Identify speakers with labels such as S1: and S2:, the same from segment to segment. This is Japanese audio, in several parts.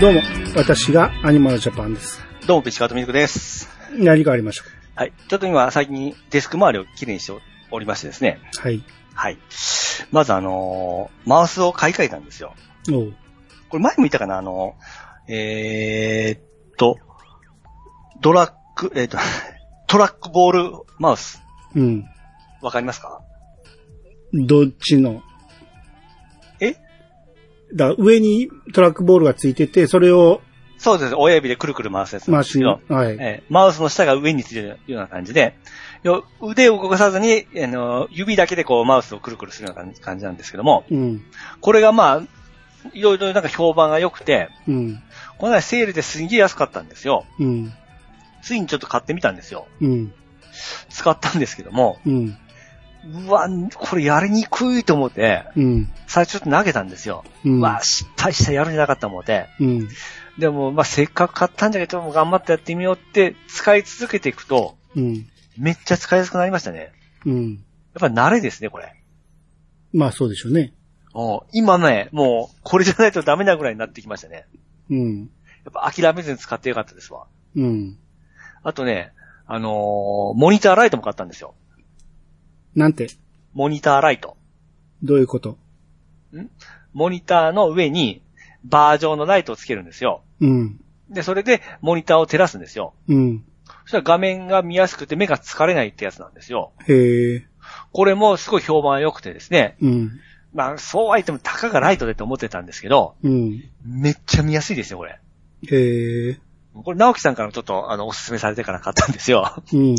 S1: どうも、私がアニマルジャパンです。
S2: どうも、ピチカートミルクです。
S1: 何かありましょ
S2: はい。ちょっと今、最近、デスク周りをきれいにしておりましてですね。
S1: う。はい。
S2: はい。まず、あのーマウスを買い替えたんですよ。
S1: おう。
S2: これ前も言ったかなあのーえーっと、ドラッグ、えーっと、 トラックボールマウス。
S1: うん。
S2: わかりますか
S1: どっちの
S2: え
S1: だ上にトラックボールがついてて、それを
S2: そうです。親指でくるくる回すやつな
S1: 回
S2: んです
S1: し
S2: け
S1: に、
S2: ど。
S1: はい。
S2: えーマウスの下が上についてるような感じで、よ腕を動かさずに、あのー指だけでこうマウスをくるくるするような感じ感じなんですけども、
S1: うん。
S2: これがまあ、いろいろなんか評判が良くて、
S1: うん。
S2: この間セールですげえ安かったんですよ。
S1: うん。
S2: ついにちょっと買ってみたんですよ。
S1: うん。
S2: 使ったんですけども、
S1: うん。
S2: うわ、これやりにくいと思って、
S1: うん。
S2: 最初ちょっと投げたんですよ。
S1: う。
S2: うんわ、失敗したやるんじゃなかった思って。
S1: うん。
S2: でも、まあ、せっかく買ったんじゃけど、頑張ってやってみようって、使い続けていくと、
S1: うん。
S2: めっちゃ使いやすくなりましたね。
S1: うん。
S2: やっぱ慣れですね、これ。
S1: まあそうでしょうね。
S2: お今ね、もう、これじゃないとダメなぐらいになってきましたね。
S1: うん。
S2: やっぱ諦めずに使ってよかったですわ。
S1: うん。
S2: あとね、あのーモニターライトも買ったんですよ。
S1: なんて、
S2: モニターライト。
S1: どういうこと
S2: モニターの上にバー状のライトをつけるんですよ。
S1: うん。
S2: で、それでモニターを照らすんですよ。
S1: うん。
S2: そしたら画面が見やすくて目が疲れないってやつなんですよ。
S1: へえ。
S2: これもすごい評判良くてですね。
S1: うん。
S2: まあ、そうは言ってもたかがライトでと思ってたんですけど、
S1: うん。
S2: めっちゃ見やすいですよ、これ。
S1: へえ。
S2: これ、直樹さんからもちょっと、あの、おすすめされてから買ったんですよ。
S1: うん。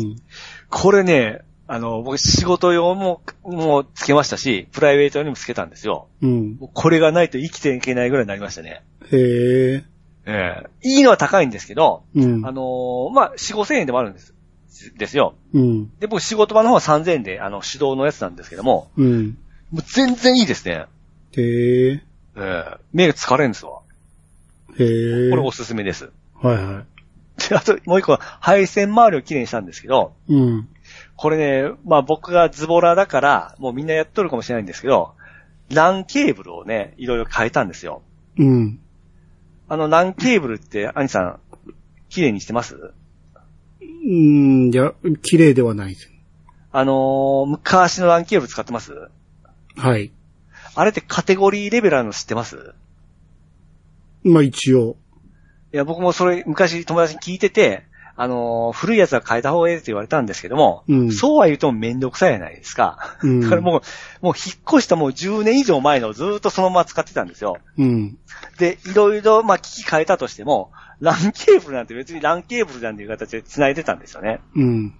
S2: これね、あの、僕仕事用も、もうつけましたし、プライベート用にもつけたんですよ。
S1: うん。
S2: もうこれがないと生きていけないぐらいになりましたね。
S1: へえ。
S2: ええいいのは高いんですけど、
S1: うん
S2: あ。のーまあ、4、5千円でもあるんです。ですよ。
S1: うん。
S2: で、僕仕事場の方は3000円で、あの、手動のやつなんですけども、
S1: うん。
S2: もう全然いいですね。
S1: へえ。
S2: ええ目が疲れるんですわ。
S1: へえ。
S2: これおすすめです。
S1: はいは
S2: で、あともう一個は、配線周りをきれいにしたんですけど、
S1: い。うん。
S2: これね、まあ、僕がズボラだから、もうみんなやっとるかもしれないんですけど、LAN ケーブルをね、いろいろ変えたんですよ。
S1: うん。
S2: あの LAN ケーブルって、兄さん、きれいにしてます
S1: うん、いや、綺麗ではないです。
S2: あのー昔の LAN ケーブル使ってます
S1: はい。
S2: あれってカテゴリーレベルあるの知ってます
S1: まあ一応。
S2: いや、僕もそれ昔友達に聞いてて、あのー古いやつは変えた方がいいって言われたんですけども、
S1: うん
S2: そうは言うとめんどくさいじゃないですか。
S1: うん。
S2: だからもう、もう引っ越したもう10年以上前のをずーっとそのまま使ってたんですよ。
S1: うん。
S2: で、いろいろ、まあ、機器変えたとしても、LAN ケーブルなんて別に LAN ケーブルなんていう形で繋いでたんですよね。
S1: うん。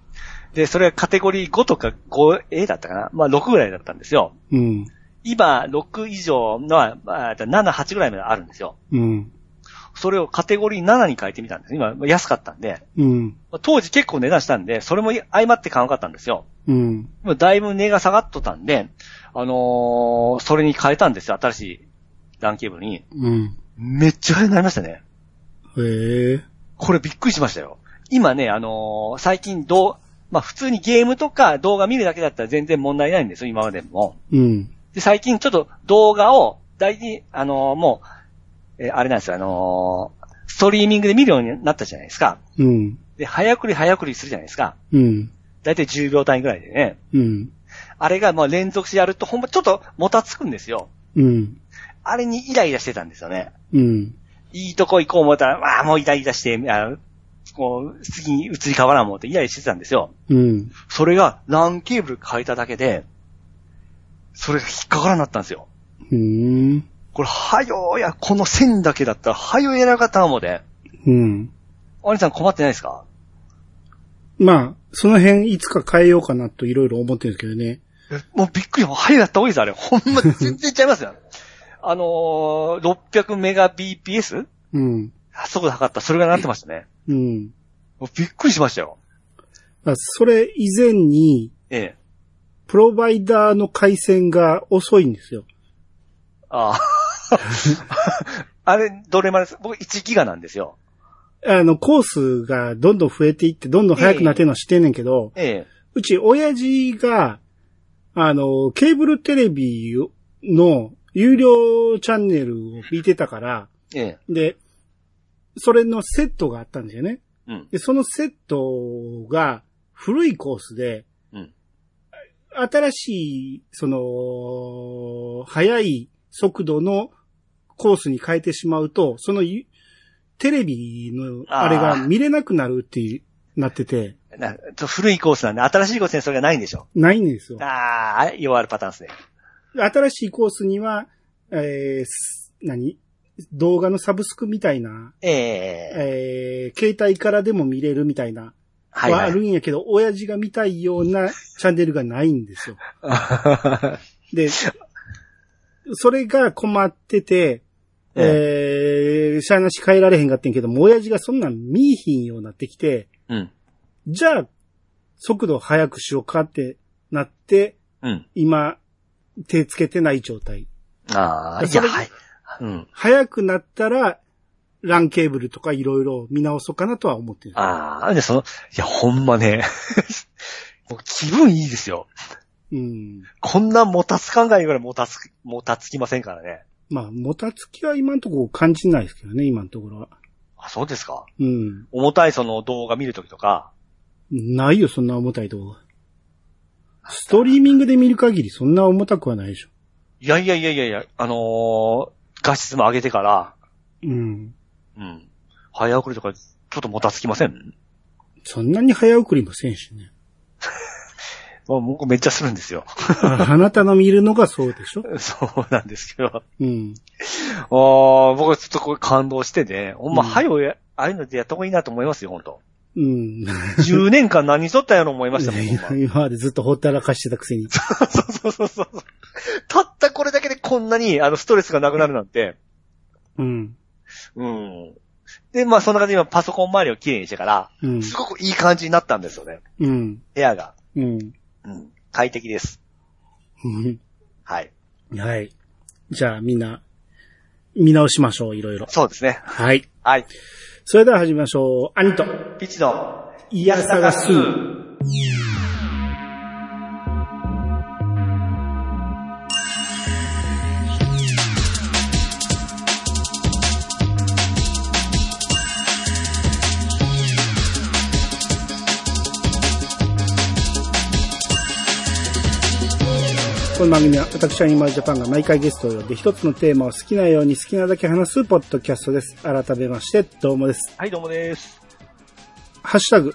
S2: で、それはカテゴリー5とか 5A だったかなまあ、6ぐらいだったんですよ。
S1: うん。
S2: 今、6以上のは、まあ、7、8ぐらいまであるんですよ。
S1: うん。
S2: それをカテゴリー7に変えてみたんです。今、安かったんで。
S1: うん。
S2: 当時結構値段したんで、それも相まって買わなかったんですよ。
S1: うん。
S2: もうだいぶ値が下がっとったんで、あのーそれに変えたんですよ。新しいランケーブルに。
S1: うん。
S2: めっちゃ早くなりましたね。
S1: へえ。
S2: これびっくりしましたよ。今ね、あのー最近どう、まあ普通にゲームとか動画見るだけだったら全然問題ないんですよ、今までも。
S1: うん。
S2: で、最近ちょっと動画を大事に、あのーもう、えーあれなんですよ、あのーストリーミングで見るようになったじゃないですか。
S1: うん。
S2: で、早送り早送りするじゃないですか。
S1: うん。
S2: だいたい10秒単位ぐらいでね。
S1: うん。
S2: あれがまあ連続してやるとほんまちょっともたつくんですよ。
S1: うん。
S2: あれにイライラしてたんですよね。
S1: うん。
S2: いいとこ行こう思ったら、わあ、もうイライラして、あこう、次に移り変わらん思ってイライラしてたんですよ。
S1: うん。
S2: それが LAN ケーブル変えただけで、それが引っかからなったんですよ。
S1: うん。
S2: これ、はよーや、この線だけだったら、はよやらなかったもんで。
S1: うん。
S2: お兄さん困ってないですか
S1: まあ、その辺いつか変えようかなといろいろ思ってるんですけどね。
S2: えもうびっくり、もうはよやった方がいいです、あれ。ほんま、全然ちゃいますよ。 あのー、600メガ BPS?
S1: うん。
S2: あそこで測った。それがなってましたね。
S1: うん。
S2: もうびっくりしましたよ。
S1: あそれ以前に、
S2: ええ。
S1: プロバイダーの回線が遅いんですよ。
S2: ああ。 あれ、どれまでです僕1ギガなんですよ。
S1: あの、コースがどんどん増えていって、どんどん速くなってるのは知ってんねんけど、
S2: ええ。
S1: うち親父が、あの、ケーブルテレビの有料チャンネルを見てたから、
S2: ええ。
S1: で、それのセットがあったんですよね。
S2: うん。
S1: で、そのセットが古いコースで、
S2: うん
S1: 新しい、その、速い速度のコースに変えてしまうと、そのゆテレビの
S2: あー
S1: あれが見れなくなるっていうなってて、
S2: なちょ古いコースなんで、新しいコースにそれがないんでしょ。
S1: ないんですよ。
S2: ああ、弱るパターンですね。
S1: 新しいコースには、えーす何動画のサブスクみたいな、
S2: ええ
S1: えー携帯からでも見れるみたいな、
S2: はい、
S1: は
S2: は
S1: ある
S2: い。
S1: んやけど、親父が見たいようなチャンネルがないんですよ。 で、それが困ってて、
S2: え
S1: えー、しゃあなし変えられへんかってんけども、親父がそんなん見いひんようになってきて、
S2: え うん。
S1: じゃあ、速度を速くしようかってなって、
S2: うん。
S1: 今、手つけてない状態。
S2: ああ、い
S1: そ
S2: や、
S1: れ
S2: はい。うん。
S1: 速くなったら、ランケーブルとかいろいろ見直そうかなとは思ってる。
S2: ああ、で、その、いや、ほんまね。 もう気分いいですよ。
S1: うん。
S2: こんなもたつかんがいいぐらいもたつく、もたつきませんからね。
S1: まあ、もたつきは今のところ感じないですけどね、今のところは。
S2: あ、そうですか。
S1: うん。
S2: 重たいその動画見るときとか。
S1: ないよ、そんな重たい動画。ストリーミングで見る限りそんな重たくはないでしょ。
S2: いやいやいやいやいや、あのー、画質も上げてから、
S1: うん。
S2: うん。早送りとか、ちょっともたつきません
S1: そんなに早送りもせんしね。
S2: まあ、僕めっちゃするんですよ。
S1: ああなたの見るのがそうでしょ
S2: そうなんですけ ど。
S1: うん。
S2: ああ、僕はちょっとこれ感動してね。ほんま、
S1: うん
S2: 早よや、ああいうのでやった方がいいなと思いますよ、ほんと。
S1: うん。
S2: 10年間何しとったんやろ思いましたもん、ほんま。
S1: 今までずっとほったらかしてたくせに。
S2: そうそうそうそう。たったこれだけでこんなに、あの、ストレスがなくなるなんて。
S1: うん。
S2: うん。で、まあ、そんな感じで今、パソコン周りをきれいにしてから、
S1: うん。
S2: すごくいい感じになったんですよね。
S1: うん。
S2: 部屋が。
S1: うん。
S2: うん。快適です。はい。
S1: はい。じゃあみんな、見直しましょう、いろいろ。
S2: そうですね。
S1: はい。
S2: はい。
S1: それでは始めましょう。兄と、
S2: ピッチの
S1: いやさがす。この番組は私はニマルジャパンが毎回ゲストを呼んで一つのテーマを好きなように好きなだけ話すポッドキャストです。改めまして、どうもです。
S2: はい、どうもです。
S1: ハッシュタグ、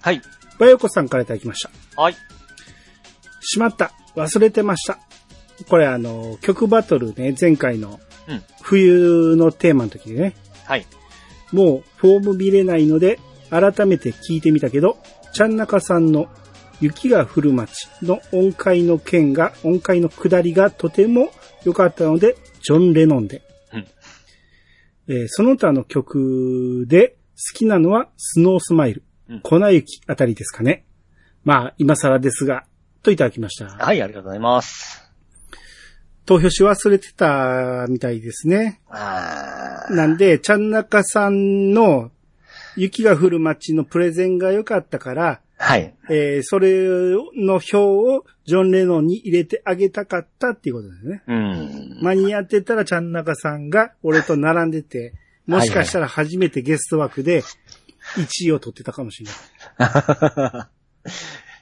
S2: はい。
S1: バヨコさんからいただきました。
S2: はい。
S1: しまった忘れてましたこれあの、曲バトルね、前回の
S2: うん、
S1: 冬のテーマの時でね、
S2: はい。
S1: もうフォーム見れないので、改めて聞いてみたけど、ちゃんなかさんの雪が降る街の音階の剣が、音階の下りがとても良かったので、ジョン・レノンで。
S2: うん
S1: えーその他の曲で好きなのはスノースマイル、
S2: うん
S1: 粉雪あたりですかね。まあ、今更ですが、といただきました。
S2: はい、ありがとうございます。
S1: 投票し忘れてたみたいですね。
S2: あー
S1: なんで、ちゃんなかさんの雪が降る街のプレゼンが良かったから、
S2: はい。
S1: えー、それの票をジョン・レノンに入れてあげたかったっていうことですね。
S2: うん。
S1: 間に合ってたらちゃんなかさんが俺と並んでて、もしかしたら初めてゲスト枠で1位を取ってたかもしれ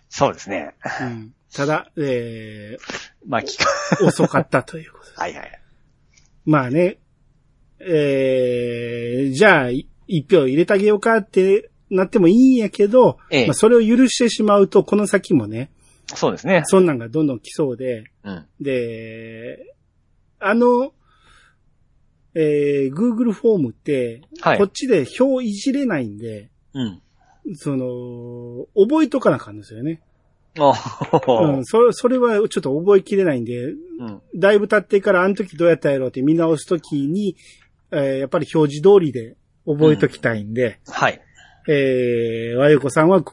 S2: そうですね。
S1: ない。うん、ただ、え
S2: まあ、聞か、
S1: ー、遅かったということ。
S2: はいはい。
S1: まあね、えー、じゃあ、い一票入れてあげようかってなってもいいんやけど、
S2: ええ
S1: まあ、それを許してしまうと、この先もね、
S2: そうですね。
S1: そんなんがどんどん来そうで、
S2: うん。
S1: で、あの、えー、Google フォームって、
S2: はい
S1: こっ。ちで表いじれないんで、
S2: うん。
S1: その、覚えとかなあかんですよね。
S2: お
S1: う
S2: ー
S1: ん、それ、それはちょっと覚えきれないんで、
S2: うん。
S1: だいぶ経ってからあの時どうやったやろうって見直す時に、えーやっぱり表示通りで覚えときたいんで、
S2: はい。
S1: えー、和洋子さんは、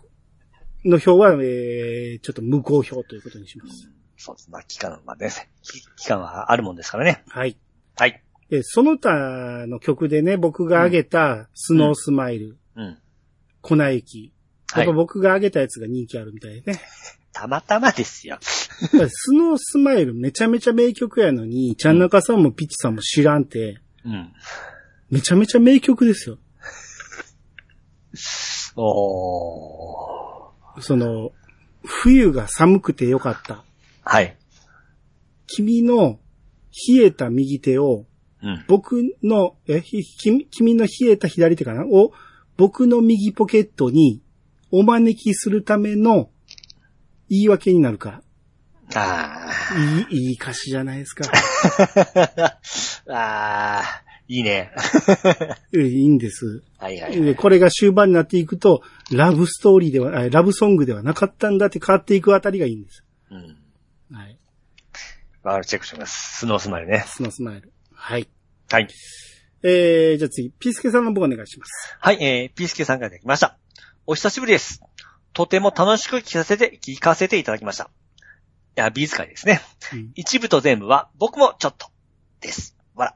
S1: の表は、えー、ちょっと無効票ということにします。
S2: そうです。まあ、期間、まあね、期期間はあるもんですからね。
S1: はい。
S2: はい。
S1: えーその他の曲でね、僕が挙げた、スノースマイル、
S2: うん。
S1: 粉雪。や
S2: は
S1: っぱ
S2: い。
S1: 僕が挙げたやつが人気あるみたいでね。
S2: たまたまですよ。
S1: やっぱりスノースマイルめちゃめちゃ名曲やのに、ちゃんなかさんもピッチさんも知らんて、
S2: うん。
S1: めちゃめちゃ名曲ですよ。
S2: おー。
S1: その、冬が寒くてよかった。
S2: はい。
S1: 君の冷えた右手を、
S2: うん。
S1: 僕の、え、ひ君君の冷えた左手かなを、僕の右ポケットにお招きするための言い訳になるから。
S2: あ
S1: いい、いい歌詞じゃないですか。
S2: ー。 あー。いいね。
S1: えいいんです。
S2: はいはいは
S1: で
S2: い。
S1: これが終盤になっていくと、ラブストーリーでは、あラブソングではなかったんだって変わっていくあたりがいいんです。
S2: うん。
S1: はい。
S2: ワールチェックします。スノースマイルね。
S1: スノースマイル。はい。
S2: はい。
S1: えー、じゃあ次、ピースケさんの方お願いします。
S2: はい、えー、ピースケさんからいただきました。お久しぶりです。とても楽しく聞かせて、聞かせていただきました。いや、ビーズ会ですね。
S1: うん
S2: 一部と全部は僕もちょっとです。わら。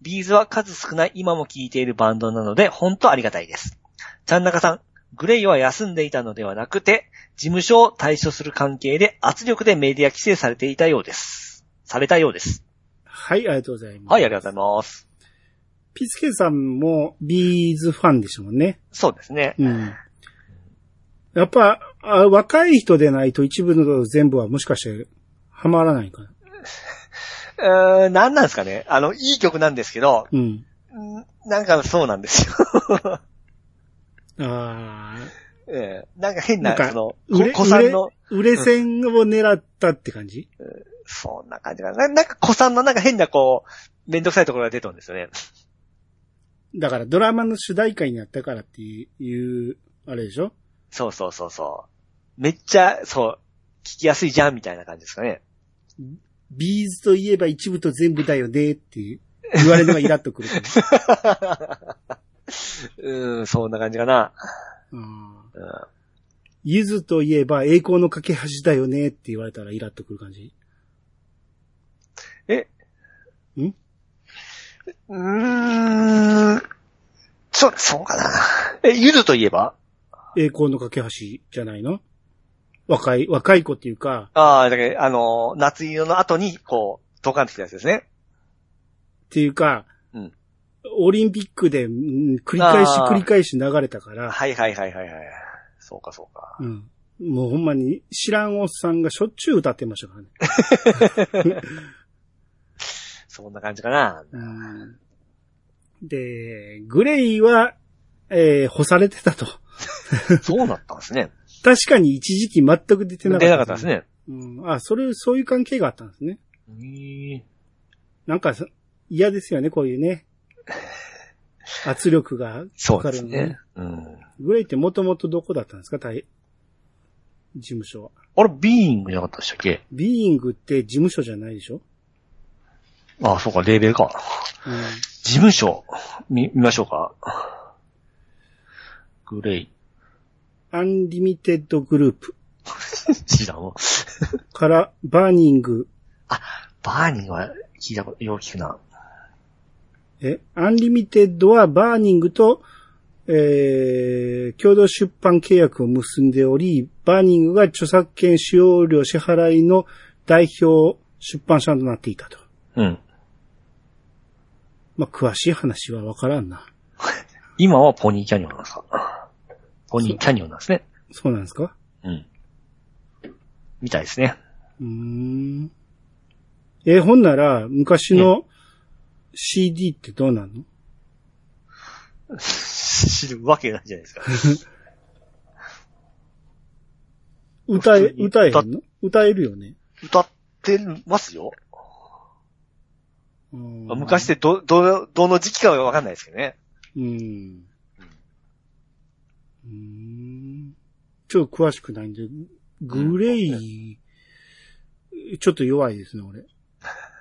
S2: ビーズは数少ない今も聴いているバンドなので本当ありがたいです。ちゃんなかさん、グレイは休んでいたのではなくて、事務所を退所する関係で圧力でメディア規制されていたようです。されたようです。
S1: はい、ありがとうございます。
S2: はい、ありがとうございます。
S1: ピースケさんもビーズファンでしたもんね。
S2: そうですね。
S1: うん。やっぱ、あ若い人でないと一部の全部はもしかして、ハマらないかな。
S2: うーん、何なんですかね。あの、いい曲なんですけど、
S1: うん。
S2: うんなんかそうなんですよ。
S1: ああ、
S2: ええ なんか変
S1: な
S2: な、
S1: んか
S2: その、
S1: 売れ
S2: こ子さんの、
S1: 売れ線を狙ったって感じ
S2: そんな感じかな。ななんか子さんのなんか変なこう、めんどくさいところが出てるんですよね。
S1: だからドラマの主題歌になったからっていう、あれでしょ
S2: そうそうそうそう。めっちゃ、そう、聞きやすいじゃんみたいな感じですかね。
S1: ビーズといえば一部と全部だよねっていう言われればイラッとくるかも
S2: うーん、そんな感じかな。
S1: うん
S2: うん、
S1: ゆずといえば栄光の架け橋だよねって言われたらイラッとくる感じ。
S2: え
S1: ん
S2: うーん、そ、そうかな。え、ゆずといえば
S1: 栄光の架け橋じゃないの若い、若い子っていうか、
S2: ああ、だから、あのー夏色の後に、こう、ドカンときたやつですね。
S1: っていうか、
S2: うん
S1: オリンピックで、うん繰り返し
S2: あー
S1: 繰り返し流れたから、
S2: はいはいはいはいはい。そうかそうか。
S1: うん、もうほんまに知らんおっさんがしょっちゅう歌ってましたからね。
S2: そんな感じかな。
S1: うんで、グレイは、えー干されてたと。
S2: そうだったんですね。
S1: 確かに一時期全く出てな
S2: 出な
S1: かった、
S2: かったです。ね。
S1: うん。あ、それ、そういう関係があったんですね。
S2: へえ
S1: なんかさ、嫌ですよね、こういう ね。圧力が。
S2: そうです
S1: わかるね
S2: ね。うん。
S1: グレイってもともとどこだったんですか、大事務所は。
S2: あれ、ビーイングじゃなかったでしたっけ
S1: ビーイングって事務所じゃないでしょ
S2: ああ、そうか、レーベルか。
S1: うん。
S2: 事務所、見、見ましょうか。グレイ。
S1: アンリミテッドグループ
S2: 知らんわ。
S1: からバーニング、
S2: バーニーは聞いたこと、よく聞くな。
S1: え、アンリミテッドはバーニングと、えー、共同出版契約を結んでおり、バーニングが著作権使用料支払いの代表出版社となっていたと。
S2: うん。
S1: まあ、詳しい話はわからんな。
S2: 今はポニーキャニオンなんですか。ポニーキャニオンなんですね。
S1: そうなんですか
S2: うん。みたいですね。
S1: うーん。え、ほんなら、昔の CD ってどうなの
S2: 知るわけないじゃないですか。
S1: 歌え、
S2: 普通に
S1: 歌えへんの歌えるよね。
S2: 歌ってますよ。
S1: うん
S2: 昔っ。てど、ど、どの時期かはわかんないですけどね。
S1: うん。うーん。ちょっと詳しくないんで、グレイ、ちょっと弱いですね、 俺。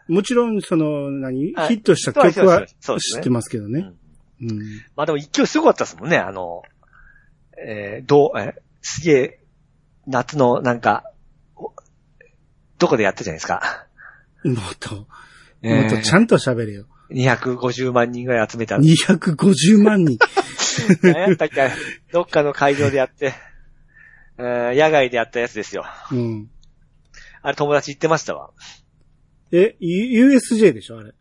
S1: もちろん、その、何、
S2: はい
S1: ヒットした曲は
S2: そうです
S1: 知
S2: ね
S1: ってますけど
S2: う
S1: ね。
S2: ん
S1: うん。
S2: まあでも勢いすごかったですもんね、あの、えーどう、えーすげえ、夏のなんか、おどこでやったじゃないですか。
S1: もっと、もっとちゃんと喋れよ。
S2: 250万人ぐらい集めた。
S1: 250万人。
S2: 何 やったっけどっかの会場でやって、 えー野外でやったやつですよ。
S1: うん。
S2: あれ友達行ってましたわ。
S1: え、U- USJ でしょあれ。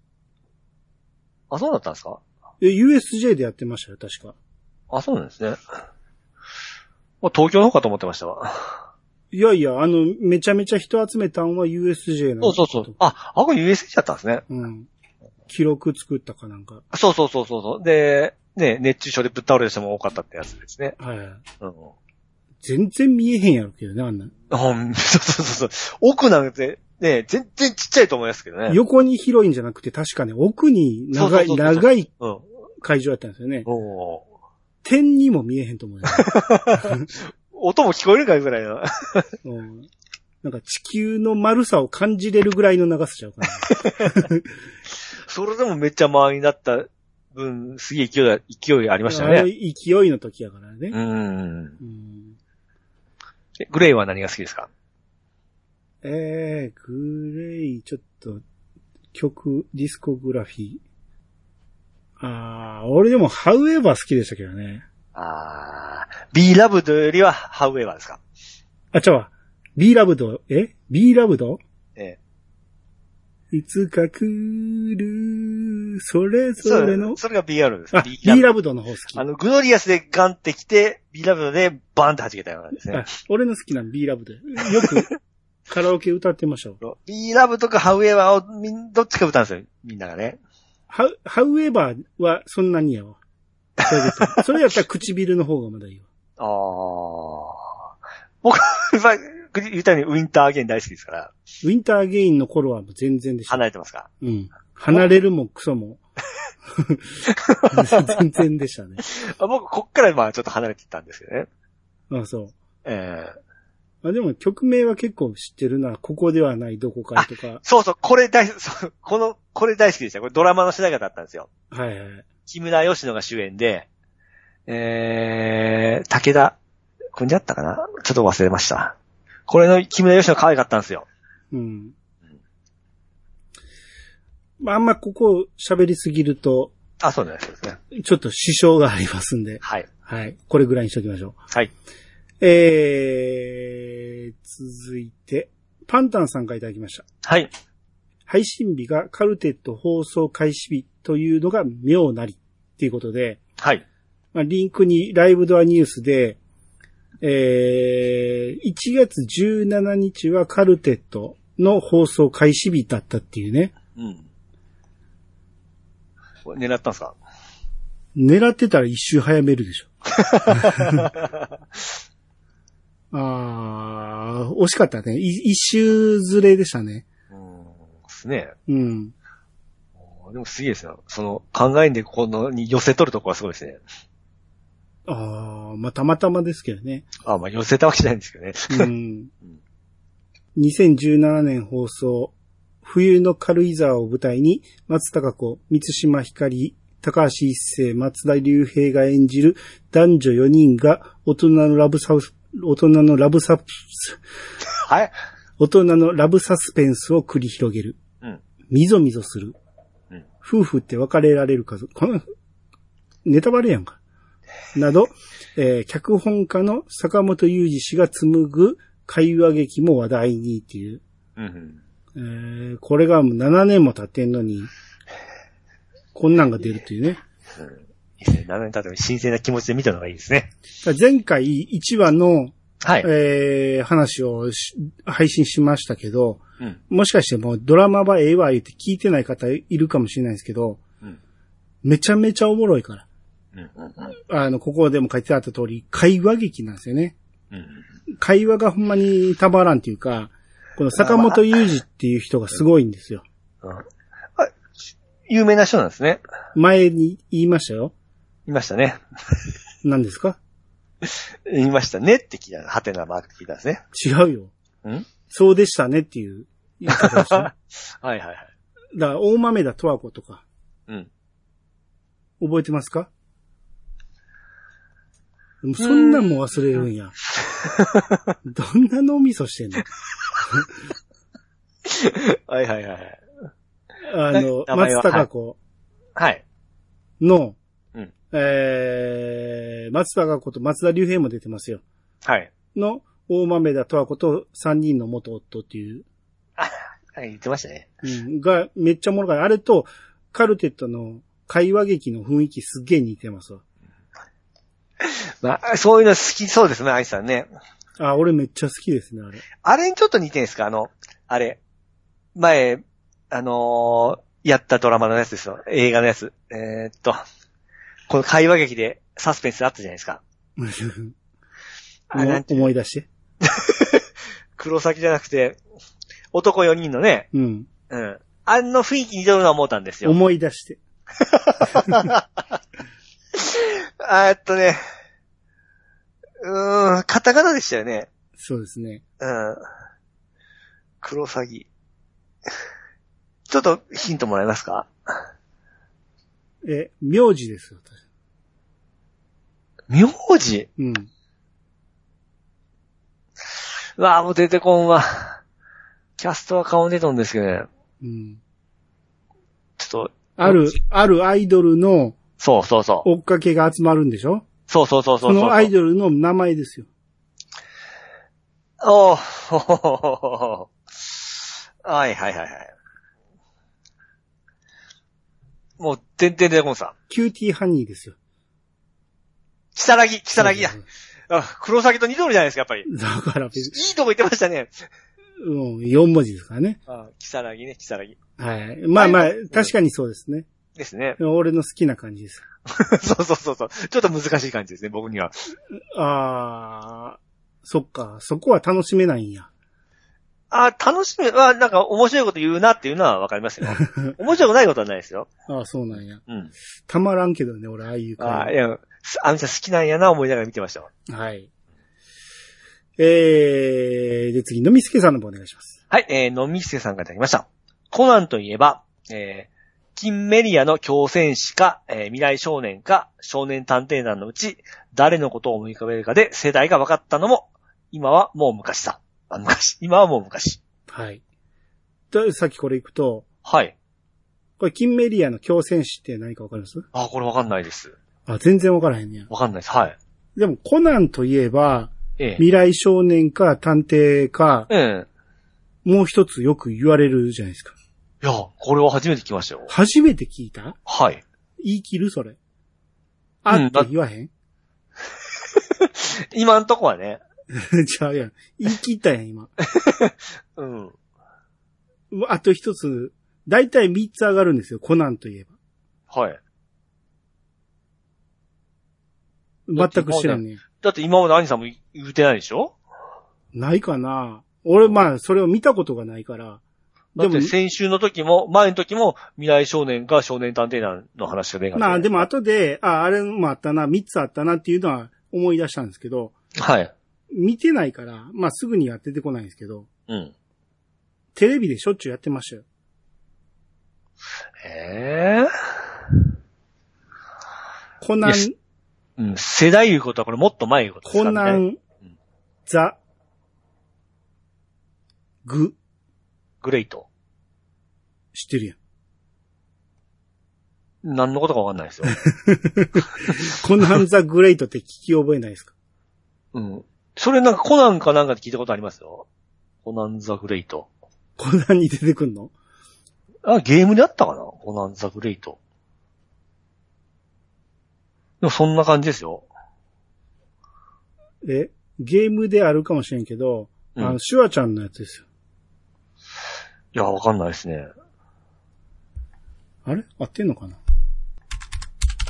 S2: あ、そうだったんですか
S1: え、USJ でやってましたよ、確か。
S2: あ、そうなんですね。まあ、東京の方かと思ってましたわ。
S1: いやいや、あの、めちゃめちゃ人集めたんは USJ なん
S2: そうそうそう。。あ、あ、これ USJ だったんですね。
S1: うん。記録作ったかなんか。
S2: そうそうそうそうそう。で、ね、熱中症でぶっ倒れる人も多かったってやつですね。
S1: はい。
S2: うん。
S1: 全然見えへんやろけどね、あんな。
S2: ほん、 そうそうそうそう。奥なんて、ね、全然ちっちゃいと思いますけどね。
S1: 横に広いんじゃなくて、確かね、奥に長い、
S2: そうそうそうそう
S1: 長い
S2: うん。
S1: 会場やったんですよね。
S2: おー
S1: 点にも見えへんと思う よ、
S2: 音も聞こえるかぐらいの。
S1: うんなんか地球の丸さを感じれるぐらいの長さちゃうか な。
S2: それでもめっちゃ周りになった分、すげえ勢いだ、勢いありました
S1: あの
S2: ね。
S1: 勢いの時やからね。
S2: うん。
S1: うん
S2: えグレイは何が好きですか
S1: えー、グレイ、ちょっと、曲、ディスコグラフィー。あー、俺でも、ハウエバー好きでしたけどね。
S2: あー、B ラブドよりはハウエバーですか
S1: あ、ちゃうわ。B ラブド、え ?B ラブド
S2: ええ。
S1: いつか来る、それ
S2: そ
S1: ぞれの
S2: う、、それが BR です。
S1: あ、
S2: B
S1: B
S2: ラブ
S1: ラブドの方好き。
S2: あの、グロリアスでガンってきて、B ラブドでバンって弾けたようなですね
S1: あ。俺の好きなの B ラブド。よく、カラオケ歌ってましたわ。
S2: B ラブとかハウエバーをみん、どっちか歌うんですよ。みんながね。
S1: ハウ、ハウエバーはそんなにやわ。それでさそれやったら唇の方がまだいいわ。
S2: ああ。僕 は、まあ言ったようにウィンターアゲイン大好きですから、
S1: ウィンターゲインの頃はもう全然でした。
S2: 離れてますか
S1: うん。離れるもクソも。全然でしたね。
S2: あ僕、こっからまあちょっと離れてったんですけどね。
S1: あそう。
S2: ええ
S1: あでも曲名は結構知ってるな。ここではないどこかとか。
S2: そうそう、これ大好き、 そうこの、これ大好きでした。これドラマの主題歌だったんですよ。
S1: はいはい。
S2: 木村義乃が主演で、えー、武田、こんじゃったかなちょっと忘れました。これの木村義乃可愛かったんですよ。
S1: うん。まああんまここ喋りすぎると、
S2: あ、そうなんですね。
S1: ちょっと支障がありますんで。
S2: はい。
S1: はい。これぐらいにしときましょう。
S2: はい。
S1: えー、続いて、パンタンさんからいただきました。
S2: はい。
S1: 配信日がカルテット放送開始日というのが妙なりっていうことで、
S2: はい。
S1: まあ、リンクにライブドアニュースで、えー、1月17日はカルテットの放送開始日だったっていうね。
S2: うん。これ狙ったんですか
S1: 狙ってたら一周早めるでしょ。あー、惜しかったね。い一周ずれでしたね。
S2: うん。ですね。
S1: うん。
S2: でもすげえですよ。その、考えんでこのに寄せ取るとこはすごいですね。
S1: ああ、まあ、たまたまですけどね。
S2: あ、まあ寄せたわけじゃないんですけどね。
S1: うん。2017年放送、冬の軽井沢を舞台に、松たか子、三島ひかり、高橋一生、松田龍平が演じる男女4人が大人のラブサウス、大人のラブサプ、
S2: はい。
S1: 大人のラブサスペンスを繰り広げる。
S2: うん
S1: みぞみぞする。
S2: うん
S1: 夫婦って別れられるかぞ。この、ネタバレやんか。など、えー脚本家の坂本雄二氏が紡ぐ会話劇も話題にっていう。
S2: うんうん。
S1: えーこれがもう7年も経ってんのに、こんなんが出るっていうね。
S2: いいですね。7年経っても新鮮な気持ちで見たのがいいですね。
S1: だから前回1話の、
S2: はい。
S1: えー話をし配信しましたけど、
S2: うん。
S1: もしかしてもうドラマはええわ言って聞いてない方いるかもしれないですけど、
S2: うん
S1: めちゃめちゃおもろいから。
S2: うん。うん。
S1: あの、ここでも書いてあった通り、会話劇なんですよね。
S2: うん。
S1: 会話がほんまにたまらんっていうか、この坂本雄二っていう人がすごいんですよ。
S2: あ有名な人なんですね。
S1: 前に言いましたよ。
S2: いましたね。
S1: 何ですか
S2: 言いましたねって聞いたの。ハテナマークって聞いたんですね。
S1: 違うよ。
S2: ん
S1: そうでしたねっていう言い方でしょ。だか
S2: はいはいはい。
S1: ら、大豆田十和子とか、
S2: うん。
S1: 覚えてますかでもそんなんも忘れる んや。どんな脳みそしてんの
S2: はいはいはい。
S1: あの、
S2: 名前は
S1: 松たか子
S2: はい。
S1: の、
S2: うん
S1: えー、松たか子と松田龍平も出てますよ。
S2: はい。
S1: の、大豆田と和子と3人の元夫っていう、
S2: はい、言ってましたね。
S1: うんがめっちゃおもろかった。あれと、カルテットの会話劇の雰囲気すっげえ似てますわ。
S2: まあ、そういうの好きそうですね、アイさんね。
S1: あ、俺めっちゃ好きですね、あれ。
S2: あれにちょっと似てんすかあの、あれ。前、あのーやったドラマのやつですよ。映画のやつ。えーっと、この会話劇でサスペンスあったじゃないですか。あ、なんて、
S1: 思思い出して。
S2: 黒崎じゃなくて、男4人のね、
S1: うん。
S2: うん。あの雰囲気似てるのは思ったんですよ。
S1: 思い出して。
S2: あーっとね、うーん、カタカナでしたよね。
S1: そうですね。
S2: うん。黒詐欺。 ちょっとヒントもらえますか
S1: え、名字ですよ、私
S2: 名字
S1: うん。
S2: うわあ、もう出てこんわ。キャストは顔出とんですけどね。
S1: うん。
S2: ちょっと、
S1: ある、あるアイドルの
S2: そうそうそう。
S1: 追っかけが集まるんでしょ
S2: そうそうそうそう
S1: そのアイ
S2: ル。
S1: ドルの名前ですよ。
S2: おーほほほほほほはいはいはいはい。もう、全然出てこんさ。
S1: キューティーハニーですよ。
S2: キサラギ、キサラギや。あ黒詐欺と二通りじゃないですか、やっぱり。い
S1: だから別に、
S2: いとこ行ってましたね。
S1: うん、4文字ですからね。
S2: あキサラギね、キサラギ。
S1: はい。まあまあ、確かにそうですね。
S2: ですね。
S1: 俺の好きな感じです。
S2: そうそうそうそう。ちょっと難しい感じですね、僕には。
S1: あー、そっか、そこは楽しめないんや。
S2: あ楽しみ、あなんか面白いこと言うなっていうのはわかりま すよ。面白くないことはないですよ。
S1: あー、そうなんや。
S2: うん。
S1: たまらんけどね、俺、ああいう
S2: あ
S1: 感
S2: いや、すあみちゃん好きなんやな思いながら見てましたわ。
S1: じ。はい。えー、で次、のみすけさんの方お願いします。
S2: はい、えー、のみすけさんがいただきました。コナンといえば、えー、キンメリアの狂戦士か、えー、未来少年か、少年探偵団のうち、誰のことを思い浮かべるかで世代が分かったのも、今はもう昔さ。あ、昔。今はもう昔。
S1: はい。と、さっきこれ行くと、
S2: はい。
S1: これ、金メリアの強戦士って何かわかります
S2: あ、これ分かんないです。
S1: あ、全然わからへんねや。
S2: 分かんないです。はい。
S1: でも、コナンといえば、
S2: ええ。
S1: 未来少年か探偵か、
S2: え
S1: もう一つよく言われるじゃないですか。
S2: え。いや、これは初めて聞きましたよ。
S1: 初めて聞いた
S2: はい。
S1: 言い切るそれ。あ
S2: うん
S1: っ
S2: だ
S1: て言わへん、
S2: 今んとこはね。
S1: じゃあやん。言い切ったやん、今。
S2: うん。
S1: うわあと一つ、だいたい三つ上がるんですよ、コナンといえば。
S2: はい。だって
S1: 全く知らんねん。
S2: だって今まで兄さんも言うてないでしょ
S1: ないかな俺、まあ、それを見たことがないから。
S2: だ
S1: で
S2: っ
S1: も
S2: て、先週の時も、前の時も、未来少年か少年探偵団の話が出なかった。
S1: まあ、でも後で、あ、あれもあったな、三つあったなっていうのは思い出したんですけど、
S2: はい。
S1: 見てないから、まあ、すぐにやっててこないんですけど、
S2: うん。
S1: テレビでしょっちゅうやってましたよ。
S2: ええ
S1: コナン
S2: いや、うん。世代いうことはこれもっと前いうことです
S1: コ
S2: から
S1: ナ
S2: ね。
S1: ン
S2: うん、
S1: ザ、グ、
S2: グレイト。
S1: 知ってるやん。
S2: 何のことかわかんないですよ。
S1: コナンザグレイトって聞き覚えないですか
S2: うん。それなんかコナンかなんかで聞いたことありますよ。コナンザグレイト。
S1: コナンに出てくんの
S2: あ、ゲームであったかなコナンザグレイト。でもそんな感じですよ。
S1: えゲームであるかもしれんけど、
S2: うん
S1: あの、シュワちゃんのやつですよ。
S2: いや、わかんないですね。
S1: あれ合ってんのかな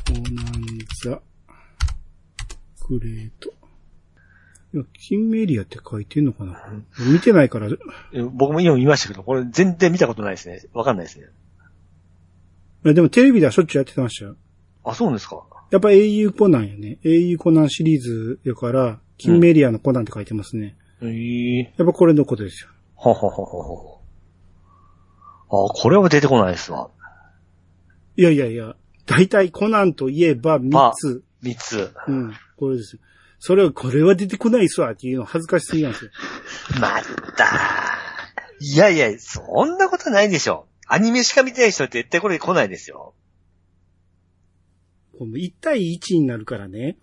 S1: コナンザ、グレート。いや、金メリアって書いてんのかな見てないから、い
S2: え僕も今見ましたけど、これ全然見たことないですね。わかんないですね。
S1: やでもテレビではしょっちゅうやってましたよ。
S2: あ、そうですか。
S1: やっぱ英雄コナンやね。英雄コナンシリーズやから、金メリアのコナンって書いてますね。
S2: ええ
S1: やっぱこれのことですよ。
S2: ははははは。あ、これは出てこないですわ。
S1: いやいやいや、大体コナンといえば3つ。
S2: 三つ。
S1: うん、これですよ。それを、これは出てこないっすわっていうの恥ずかしすぎなんですよ。
S2: また。いやいや、そんなことないでしょ。アニメしか見てない人は絶対これ来ないですよ。
S1: この1対1になるからね。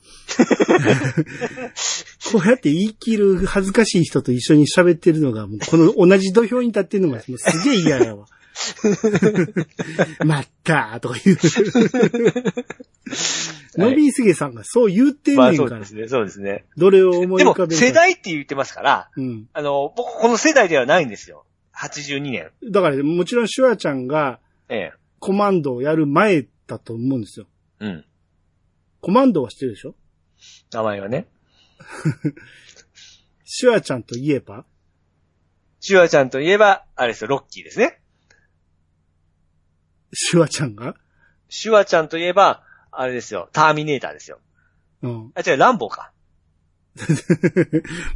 S1: こうやって言い切る恥ずかしい人と一緒に喋ってるのが、もうこの同じ土俵に立ってるのがもうすげえ嫌 やわ。まったーとか言う。のびすげさんがそう言ってん
S2: まあ
S1: ねん
S2: そ
S1: か
S2: う
S1: ら。
S2: ですね、そうですね。
S1: どれを思い
S2: で
S1: 浮
S2: も
S1: かべるか。、
S2: 世代って言ってますから、
S1: うん。
S2: あの、僕、この世代ではないんですよ。82年。
S1: だから、もちろんシュワちゃんが
S2: ええ。
S1: コマンドをやる前だと思うんですよ。
S2: うん。
S1: コマンドはしてるでしょ
S2: 名前はね。
S1: シュワちゃんといえば
S2: シュワちゃんといえば、あれですよ、ロッキーですね。
S1: シュワちゃんが
S2: シュワちゃんといえば、あれですよ、ターミネーターですよ。
S1: うん。
S2: あ、違う、ランボーか。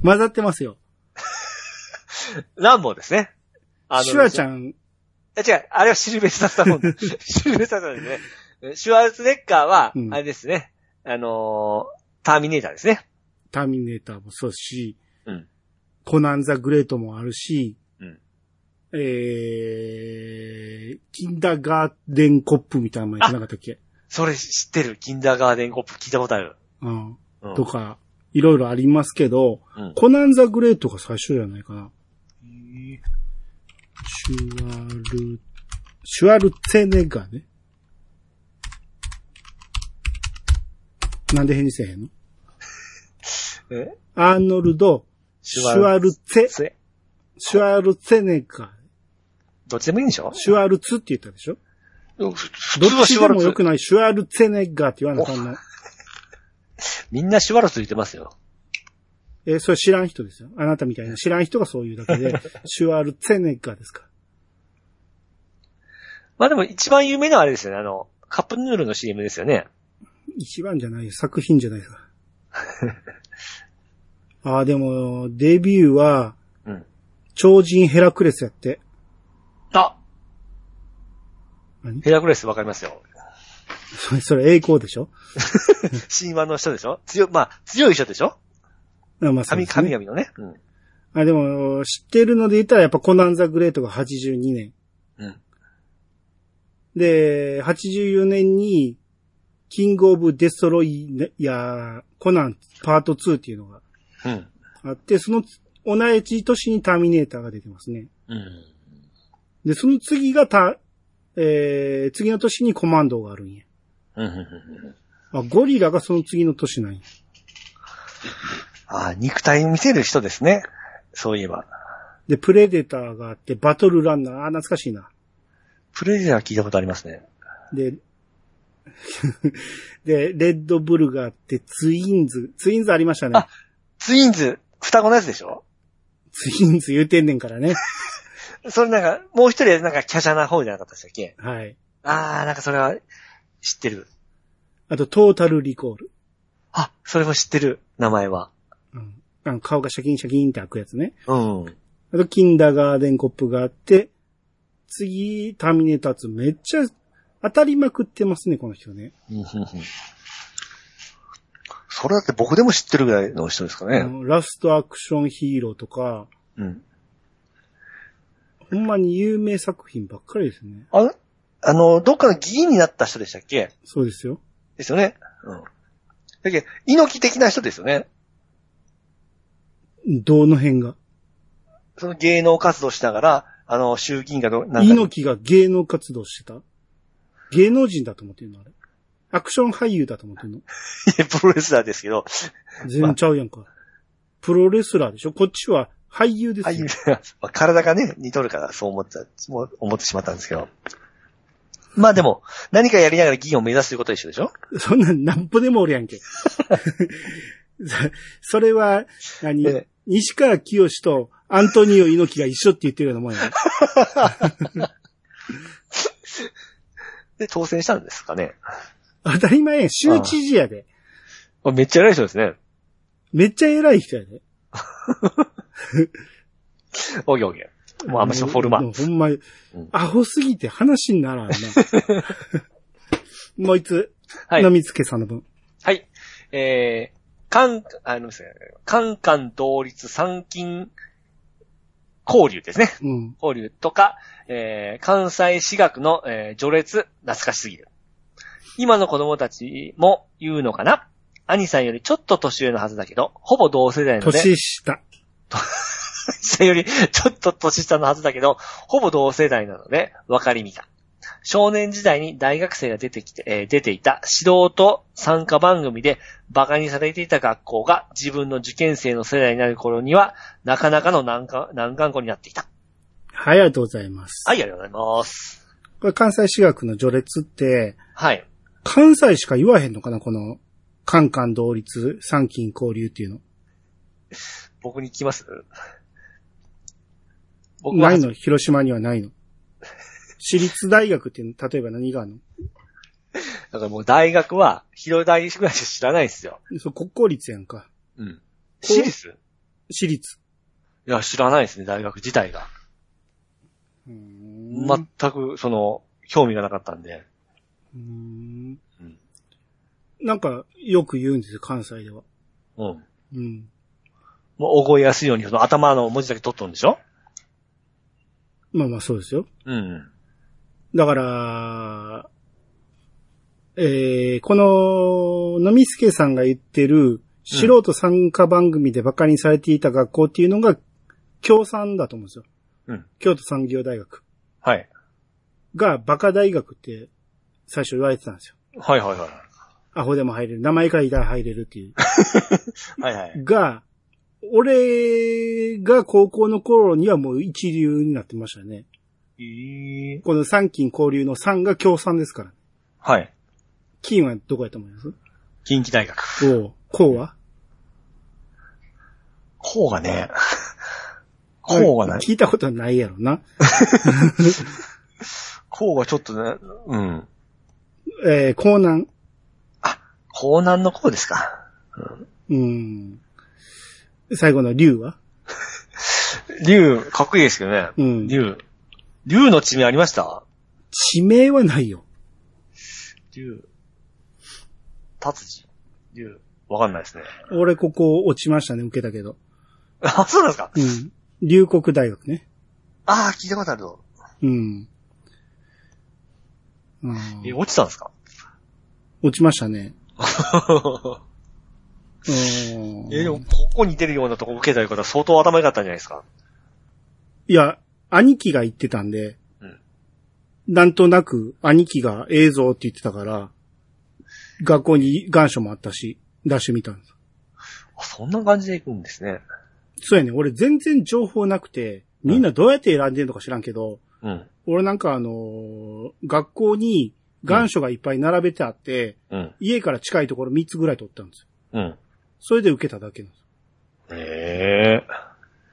S1: 混ざってますよ。
S2: ランボーですね。あの
S1: シュワち
S2: ん。
S1: ゃん、
S2: あ違う、あれはシルベスタスタモ ンだ。シルベスタスタモンですね。シュワルツェネッカーは
S1: う、ん
S2: あれですね。あのーターミネーターですね。
S1: ターミネーターもそうですし、
S2: うん
S1: コナンザ・グレートもあるし、
S2: うん
S1: えー、キンダーガーデンコップみたいなのもやってなかったっけ
S2: それ知ってる。キンダーガーデンコップ聞いたことある。
S1: うん。
S2: うん。
S1: とか、いろいろありますけど、
S2: うん
S1: コナンザ・グレートが最初じゃないかな。
S2: えー
S1: シュワル、シュワルツェネッガーね。なんで返事せえへんの
S2: え
S1: アーノルド、シュワルツェ、
S2: それ
S1: シュワルツェネッガー。
S2: どっちでもいいんでしょ
S1: シュワルツって言ったでしょ
S2: ど普
S1: どっちでも良くない、シュワルツェネッガーって言わなあかんの。
S2: みんなシュワルツ言ってますよ。
S1: えーそれ知らん人ですよ。あなたみたいな知らん人がそういうだけで、 シュワルツェネッガーですか
S2: まあでも一番有名なのはあれですよね。あの、カップヌードルの CM ですよね。
S1: ら。一番じゃないよ作品じゃない ですか。ああ、でも、デビューは、
S2: うん
S1: 超人ヘラクレスやって。
S2: あ
S1: 何
S2: ヘラクレスわかりますよ。
S1: それ、それ栄光でしょ
S2: 神話の人でしょ強い、まあ、強い人でしょ
S1: あまあそうで
S2: 神、
S1: すね
S2: 神々のね。うん。
S1: あ、でも、知ってるので言ったらやっぱコナンザ・グレートが82年。
S2: うん。
S1: で、84年に、キング・オブ・デストロイヤー、コナンパート2っていうのが
S2: うん。
S1: あって、その同じ年にターミネーターが出てますね。
S2: うん。
S1: で、その次がた、えー、次の年にコマンドがあるんや。
S2: うんうんうんうん
S1: あ、ゴリラがその次の年なんや。
S2: ああ、肉体を見せる人ですね。そういえば。
S1: で、プレデターがあって、バトルランナー、あー、懐かしいな。
S2: プレジャー聞いたことありますね。
S1: で、 で、レッドブルがあって、ツインズ、ツインズありましたね
S2: あ。ツインズ、双子のやつでしょ
S1: ツインズ言うてんねんからね。
S2: それなんか、もう一人なんか華奢な方じゃなかったでしたっけ
S1: はい。
S2: ああ、なんかそれは知ってる。
S1: あと、トータルリコール。
S2: あ、それも知ってる、名前は。
S1: うん。あの顔がシャキンシャキンって開くやつね。
S2: うん。
S1: あと、キンダーガーデンコップがあって、次、ターミネーター2。めっちゃ当たりまくってますね、この人ね。
S2: それだって僕でも知ってるぐらいの人ですか
S1: あ
S2: ね。
S1: のラストアクションヒーローとか、
S2: うん。
S1: ほんまに有名作品ばっかりですね。
S2: あの、あの、どっかの議員になった人でしたっけ
S1: そうですよ。
S2: ですよね。うん。だけど、猪木的な人ですよね。
S1: どの辺が。
S2: その芸能活動しながら、あの、衆議院がど、なんかに
S1: 猪木が芸能活動してた芸能人だと思ってるのあれ。アクション俳優だと思って るの
S2: いやプロレスラーですけど、
S1: 全然ちゃうやんか。プロレスラーでしょこっちは俳優です
S2: ああいう
S1: よ。
S2: まあ体がね、似とるからそう思った、もう思ってしまったんですけど。まあでも、何かやりながら議員を目指すということは一緒でしょ
S1: そんなんなんぼでもおるやんけ。 それは何、
S2: え
S1: 西川清とアントニオ猪木が一緒って言ってるようなもんやね。
S2: で、当選したんですかね。
S1: 当たり前やん。州知事やで。
S2: あめっちゃ偉い人ですね。
S1: めっちゃ偉い人やで。
S2: オッケーオッケー。もうあんましフォルマ
S1: もう。ほんま、アホすぎて話に ならんな。もういつ、
S2: はい
S1: のみつけさんの分。
S2: はい。えー、関、あの、すいません関関同率参勤交流ですね。
S1: うん。
S2: 交流とか、えー、関西私学の、えー序列、懐かしすぎる。今の子供たちも言うのかな兄さんよりちょっと年上のはずだけど、ほぼ同世代ので、
S1: 年下。
S2: 兄さんよりちょっと年下のはずだけど、ほぼ同世代なので、分かりみか。少年時代に大学生が出てきて、えー出ていた素人参加番組で馬鹿にされていた学校が自分の受験生の世代になる頃には、なかなかの難関、難関校になっていた。
S1: はい、ありがとうございます。
S2: はい、ありがとうございます。
S1: これ関西私学の序列って、
S2: はい。
S1: 関西しか言わへんのかなこの、関関同率、三金交流っていうの。
S2: 僕に聞き ます僕は
S1: ないの広島にはないの。私立大学って、例えば何がある
S2: だからもう大学は、広大ぐらいしか知らないですよ。
S1: のそう、国公立やんか。
S2: うん。私立
S1: 私立。
S2: いや、知らないですね、大学自体が。
S1: うーん
S2: 全く、その、興味がなかったんで。
S1: うーん
S2: うん
S1: なんか、よく言うんですよ、関西では。
S2: うん。
S1: うん。
S2: もう覚えやすいように、その頭の文字だけ取っとるんでしょ
S1: まあまあ、そうですよ。
S2: うん。
S1: だから、えー、この、のみすけさんが言ってる、素人参加番組で馬鹿にされていた学校っていうのが、共産だと思うんですよ。
S2: うん
S1: 京都産業大学
S2: はい。
S1: が、馬鹿大学って、最初言われてたんですよ。
S2: はいはいはい。
S1: アホでも入れる。名前からいたら入れるって いう。
S2: はいはい。
S1: が、俺が高校の頃にはもう一流になってましたね。
S2: えー、
S1: この三金交流の三が共産ですから。
S2: はい。
S1: 金はどこやと思います
S2: 近畿大学。
S1: おう、こうは
S2: こうが ね、こうがない。
S1: 聞いたことないやろな。
S2: こうがちょっとね、うん。
S1: えー、江南。
S2: 高南のこうですか。
S1: うん。最後の竜は
S2: 竜、かっこいいですけどね。
S1: うん。
S2: 竜。竜の地名ありました
S1: 地名はないよ。
S2: 竜。達治。竜。わかんないですね。
S1: 俺ここ落ちましたね、受けたけど。
S2: あ、そうなんですか
S1: うん。龍谷大学ね。
S2: ああ、聞いたことあるぞ。
S1: うん。うん
S2: え、落ちたん ですか
S1: 落ちましたね。う
S2: え、でも、
S1: ん
S2: ここに出るようなとこ受けたり方相当頭良かったんじゃないですか
S1: いや、兄貴が言ってたんで、
S2: うん
S1: なんとなく兄貴が映像って言ってたから、学校に願書もあったし、出してみたんです。
S2: あそんな感じで行くんですね。
S1: そうやね。俺全然情報なくて、みんなどうやって選んでるのか知らんけど、
S2: うん。
S1: 俺なんかあのー学校に願書がいっぱい並べてあって、
S2: うん。
S1: 家から近いところ3つぐらい取ったんですよ。
S2: うん。
S1: それで受けただけなんで
S2: ええ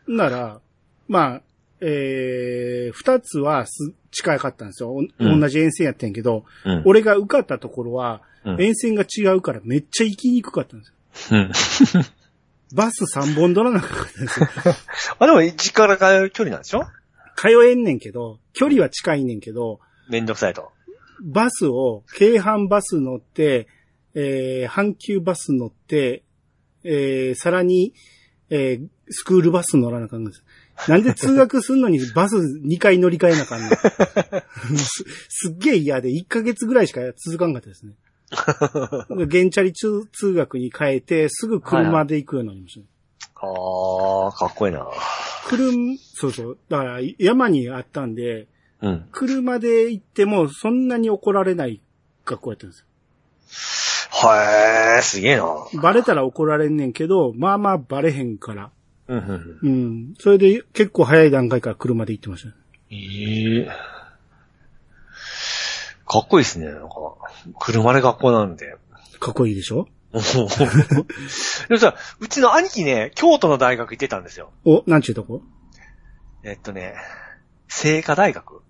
S1: す。なら、まあ、えー、2つはす近かったんですよ。お
S2: うん
S1: 同じ沿線やってんけど、
S2: うん。
S1: 俺が受かったところは
S2: う、ん
S1: 沿線が違うからめっちゃ行きにくかったんですよ。
S2: うん。
S1: バス3本乗らなかったんですよ。
S2: あ、でも、実家から通う距離なんでしょ
S1: 通えんねんけど、距離は近いねんけど、
S2: めんどくさいと。
S1: バスを、京阪バス乗って、えー、阪急バス乗って、えー、さらに、えー、スクールバス乗らなあかんのです。なんで通学すんのにバス2回乗り換えなあかんのすすっげえ嫌で1ヶ月ぐらいしか続かんかったですね。原チャリ通通学に変えて、すぐ車で行くようになりましたね。
S2: ああ、かっこいいな。
S1: 車、そうそう。だから山にあったんで、
S2: うん。
S1: 車で行ってもそんなに怒られない学校やったんですよ
S2: はえー、すげえな。
S1: バレたら怒られんねんけど、まあまあバレへんから。
S2: うん、
S1: う
S2: うん。
S1: ん。それで結構早い段階から車で行ってましたね。
S2: ええかっこいいですね、なんか。車で学校なんで。
S1: かっこいいでしょ
S2: でもさ、うちの兄貴ね、京都の大学行ってたんですよ。
S1: お、なんちゅうとこ
S2: えっとね、聖火大学。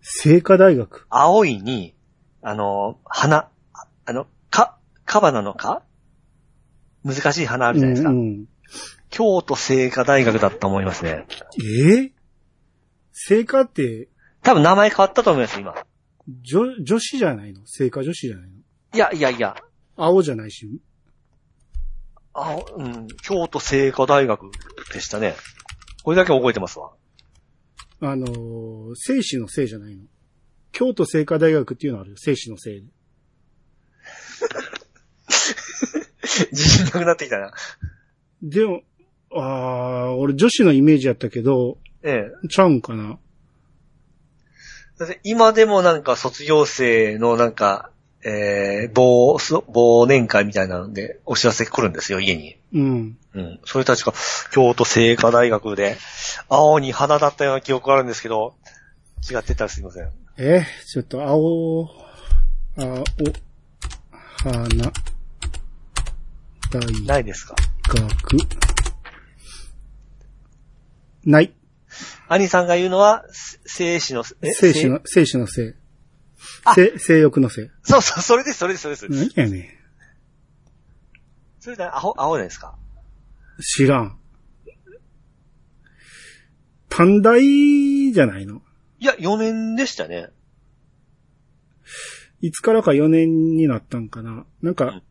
S1: 聖火大学。
S2: 青いに、あの、花、ああの、か、かばなのか難しい花あるじゃないですか。
S1: うんうん、
S2: 京都聖火大学だったと思いますね。
S1: えー聖火って、
S2: 多分名前変わったと思います、今。
S1: 女、女子じゃないの聖火女子じゃないの
S2: いやいやいや、
S1: 青じゃないし。
S2: あ、うん、京都聖火大学でしたね。これだけ覚えてますわ。
S1: あのー、生死のせいじゃないの。京都聖火大学っていうのあるよ。生死のせい。
S2: 自信なくなってきたな。
S1: でも、あー、俺女子のイメージやったけど、
S2: ええ。
S1: ちゃうんかな。
S2: だって今でもなんか卒業生のなんか、えー、忘、す忘年会みたいなので、お知らせ来るんですよ、家に。
S1: うん。
S2: うん。それたちが、京都聖火大学で、青に花だったような記憶があるんですけど、違ってたらすいません。
S1: え、ちょっと、青、青、花、大
S2: ないですか
S1: 学。ない。
S2: 兄さんが言うのは、せ生死の、え
S1: 生死。の、生死の性。
S2: あ
S1: 性、性欲の性。
S2: そうそう、それです、それです、それです。
S1: 何やねん。
S2: それで、アホ、アホじゃないですか。
S1: 知らん。短大じゃないの
S2: いや、4年でしたね。
S1: いつからか4年になったんかななんか、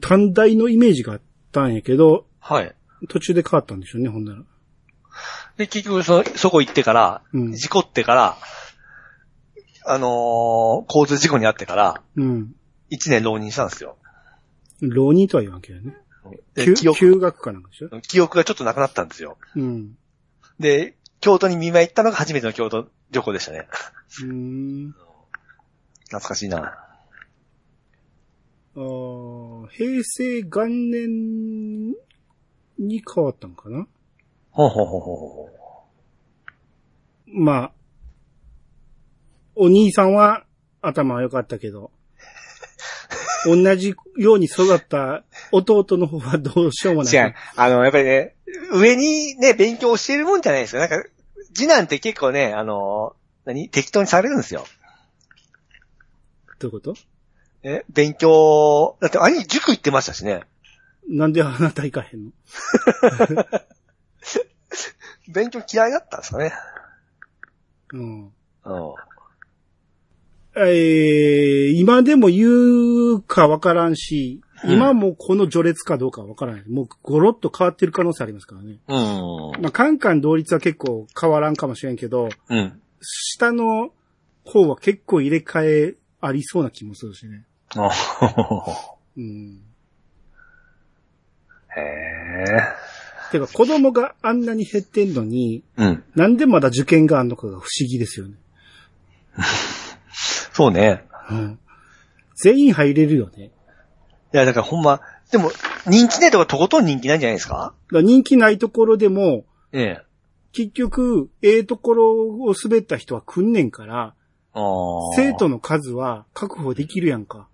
S1: 短大のイメージがあったんやけど、
S2: はい。
S1: 途中で変わったんでしょうね、ほんなら。
S2: で、結局、その、そこ行ってから、
S1: うん
S2: 事故ってから、あのー交通事故にあってから、
S1: うん。
S2: 1年浪人したんですよ。
S1: 浪人とは言わんけどね。
S2: で
S1: 休
S2: 記憶、
S1: 休学かなんかでしょ
S2: 記憶がちょっとなくなったんですよ。
S1: うん。
S2: で、京都に見舞い行ったのが初めての京都旅行でしたね。
S1: うーん。
S2: 懐かしいな。
S1: あー平成元年に変わったんかな
S2: ほうほうほうほうほう。
S1: まあ、お兄さんは頭は良かったけど、同じように育った弟の方はどうしようもない。
S2: 違う。あの、やっぱりね、上にね、勉強を教えるもんじゃないですよ。なんか、次男って結構ね、あの、何適当にされるんですよ。
S1: どういう こと
S2: え、勉強、だって兄塾行ってましたしね。
S1: なんであなた行かへんの
S2: 勉強嫌いだったんですかね。
S1: うん。
S2: うん。
S1: えー、今でも言うかわからんし、今もこの序列かどうかわからない。もうゴロッと変わってる可能性ありますからね。
S2: うん。
S1: まあ、カンカン同率は結構変わらんかもしれんけど、
S2: うん。
S1: 下の方は結構入れ替えありそうな気もするしね。
S2: あ
S1: うん。
S2: へえ。
S1: てか、子供があんなに減ってんのに、
S2: うん。
S1: なんでまだ受験があんのかが不思議ですよね。
S2: そうね。
S1: うん。全員入れるよね。
S2: いや、だからほんま、でも、人気ないとかとことん人気ないんじゃないですか
S1: だから人気ないところでも、
S2: ええ。
S1: 結局、ええところを滑った人は来んねんから、
S2: ああ。
S1: 生。徒の数は確保できるやんか。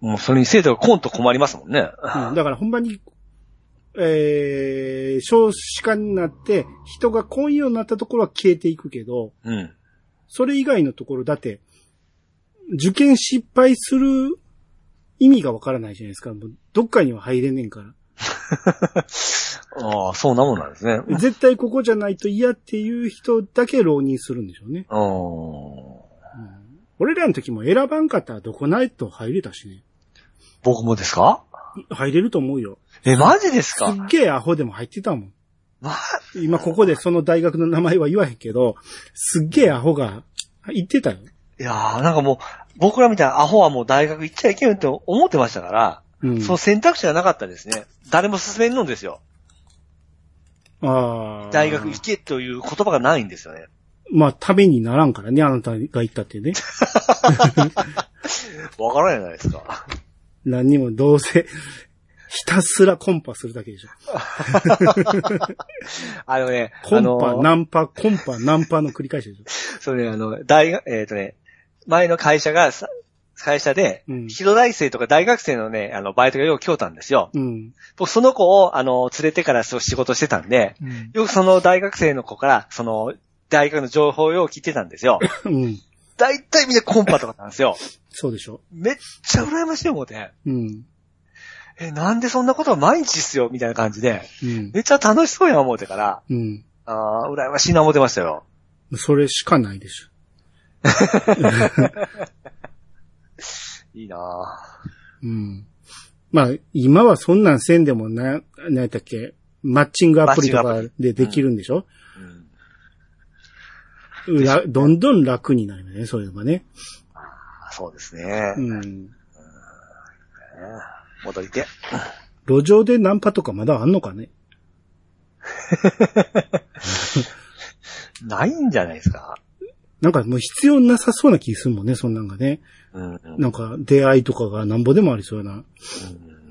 S2: もうそれに生徒がコンと困りますもんね。
S1: うん、だからほんまに、えー、少子化になって、人が来んようになったところは消えていくけど、
S2: うん。
S1: それ以外のところ、だって、受験失敗する意味がわからないじゃないですか。もうどっかには入れんねんか
S2: ああ、そうなもんなんですね。
S1: ら。絶対ここじゃないと嫌っていう人だけ浪人するんでしょうね。
S2: あー
S1: 俺らの時も選ばんかったらどこないと入れたしね。
S2: 僕もですか
S1: 入れると思うよ。
S2: え、マジです
S1: す
S2: か
S1: っげえアホでも入ってたもん。
S2: ま、
S1: 今ここでその大学の名前は言わへんけど、すっげえアホが言ってたよ。
S2: いやー、なんかもう、僕らみたいなアホはもう大学行っちゃいけんって思ってましたから、
S1: うん。
S2: その選択肢がなかったですね。誰も勧めんのんですよ。
S1: ああ。
S2: 大学行けという言葉がないんですよね。
S1: まあ、ためにならんからね、あなたが言ったってね。
S2: わからないじゃないですか。
S1: 何にもどうせ、 ひたすらコンパするだけでしょ。
S2: あのね、
S1: コ
S2: あ
S1: ンパ、
S2: の、
S1: ナンパ、コンパ、ナンパの繰り返しでしょ。
S2: そうね、あの、大学、えっ、とね、前の会社がさ、会社で、
S1: うん。
S2: 広大生とか大学生のね、あの、バイトがよく来よったんですよ。
S1: うん。
S2: 僕、その子を、あの、連れてからそう仕事してたんで、
S1: うん。
S2: よくその大学生の子から、その、大学の情報を聞いてたんです よ。
S1: うん。
S2: 大体みんなコンパとかなんですよ。
S1: そうでしょ。
S2: めっちゃ羨ましい思って。
S1: うん。
S2: え、なんでそんなことは毎日っすよみたいな感じで。
S1: うん。
S2: めっちゃ楽しそうや思ってから、
S1: うん。
S2: ああ、羨ましいな思ってましたよ。
S1: それしかないでしょ。
S2: いいな
S1: うん。まあ、今はそんなんせんでもな、なんやったっけ、マッチングアプリと
S2: マッ
S1: か
S2: チング
S1: でできるんでしょ、
S2: ぁ、うん
S1: うらどんどん楽になるよね、そういえばね。
S2: あそうですね。
S1: うん。
S2: 戻りて。
S1: 路上でナンパとかまだあんのかね
S2: ないんじゃないですか。
S1: なんかもう必要なさそうな気するもんね、そんなんがね。
S2: うん。うん
S1: なんか出会いとかがなんぼでもありそうな。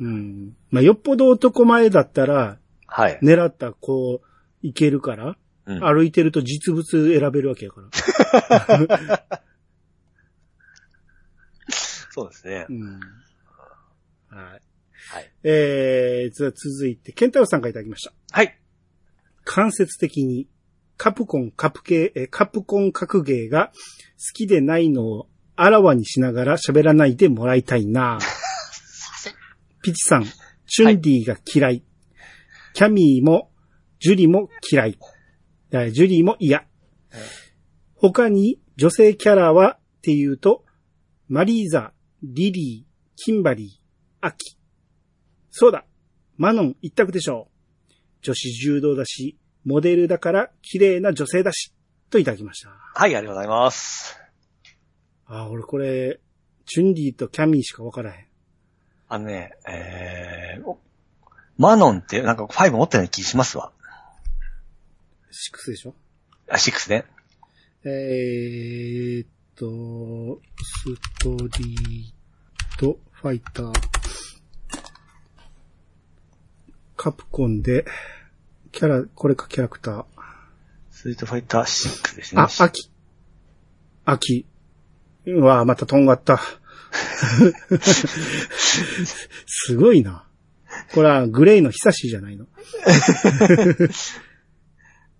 S2: うん
S1: うん。まあ、よっぽど男前だったら、
S2: はい。
S1: 狙った子、いけるから、
S2: うん
S1: 歩いてると実物選べるわけやから。
S2: そうですね
S1: う。 ん。はい。
S2: はい。
S1: えー、じゃあ続いて、ケンタロウさんからいただきました。
S2: はい。
S1: 間接的に、カプコン、カプ系、えーカプコン格ゲーが好きでないのをあらわにしながら喋らないでもらいたいなピチさん、チュンディが嫌い。キャミーも、ジュリも嫌い。あジュリも嫌。他に女性キャラはっていうと、マリーザ、リリー、キンバリー、アキ。そうだ、マノン一択でしょう。女子柔道だし、モデルだから綺麗な女性だし、といただきました。
S2: はい、ありがとうございます。
S1: あー、俺これ、チュンディとキャミーしかわからへん。
S2: あのね、えー、おマノンってなんか5持ってない気しますわ。
S1: シックスでしょ
S2: あ、6ね。
S1: えーっと、ストリートファイター。カプコンで、キャラ、これかキャラクター。
S2: ストリートファイター6ですね。
S1: あ、秋。秋。うわぁ、またとんが った。すごいな。これはグレイの久しじゃないの。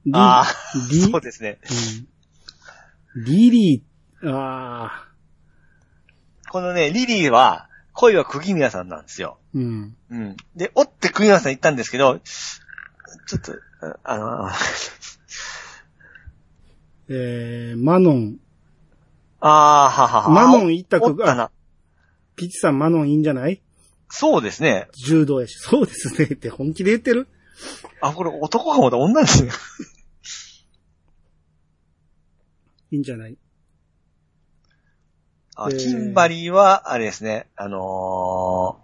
S1: リ
S2: あー、
S1: リ
S2: そうですね。
S1: うんリリー、ああ、
S2: このね、リリーは、恋は釘宮さんなんですよ。
S1: うん。
S2: うん。で、おって釘宮さん行ったんですけど、ちょっと、ああの、
S1: えー、マノン。
S2: あー、ははは。
S1: マノン一択
S2: おったな。
S1: ピチさんマノンいいんじゃない
S2: そうですね。
S1: 柔道やし。そうですね。って本気で言ってる
S2: あ、これ男かもだ、女ですね。
S1: いいんじゃない
S2: あ、
S1: えー
S2: キンバリーは、あれですね、あのー、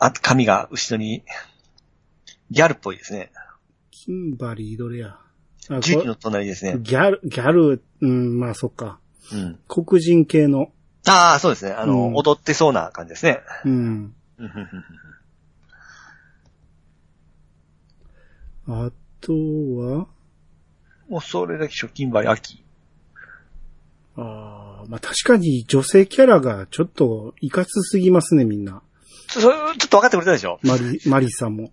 S2: あ、髪が後ろに、ギャルっぽいですね。
S1: キンバリーどれや。あ
S2: ジュ
S1: こ
S2: リの隣ですね。
S1: ギャル、ギャル、うん、まあそっか。
S2: うん。
S1: 黒人系の。
S2: ああ、そうですね。あの、
S1: うん
S2: 踊ってそうな感じですね。
S1: うん。
S2: うんうんうんうん
S1: あとは、
S2: もうそれだけ初金バリ秋。
S1: ああ、まあ確かに女性キャラがちょっといかつすぎますね、みんな。
S2: ちょ、それちょっと分かってくれたでしょ
S1: マ リ、マリさんも。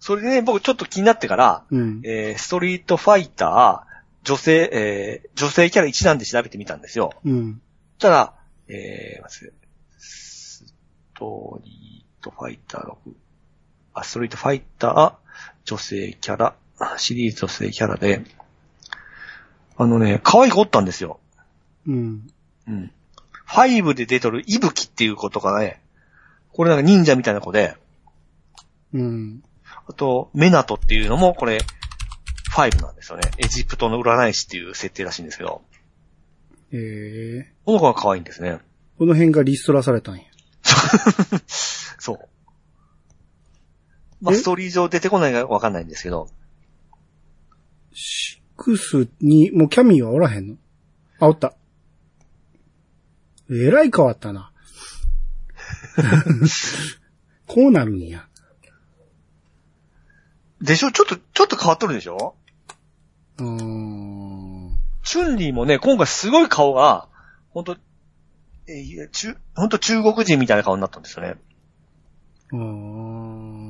S2: それでね、僕ちょっと気になってから、
S1: うん。
S2: えー、ストリートファイター、女性、えー、女性キャラ一覧で調べてみたんですよ。
S1: うん。
S2: そしたら、えー、まず、ストリートファイター6。あ、ストリートファイター、女性キャラ、シリーズ女性キャラで、あのね、可愛い子おったんですよ。
S1: うん。
S2: うん。ファイブで出とる、いぶきっていう子とかね、これなんか忍者みたいな子で、
S1: うん。
S2: あと、メナトっていうのも、これ、ファイブなんですよね。エジプトの占い師っていう設定らしいんですけど、
S1: えー、
S2: この子が可愛いんですね。
S1: この辺がリストラされたんや。
S2: そう。まあ、
S1: え
S2: ストーリー上出てこないかわかんないんですけど、
S1: シックスに、もうキャミーはおらへんのあ、おった。えらい変わった な。 こうなるんや。
S2: でしょちょっと、ちょっと変わっとるでしょ
S1: うーん。
S2: チュンリーもね、今回すごい顔が、ほんと、えー中、ほんと中国人みたいな顔になったんですよね。
S1: あー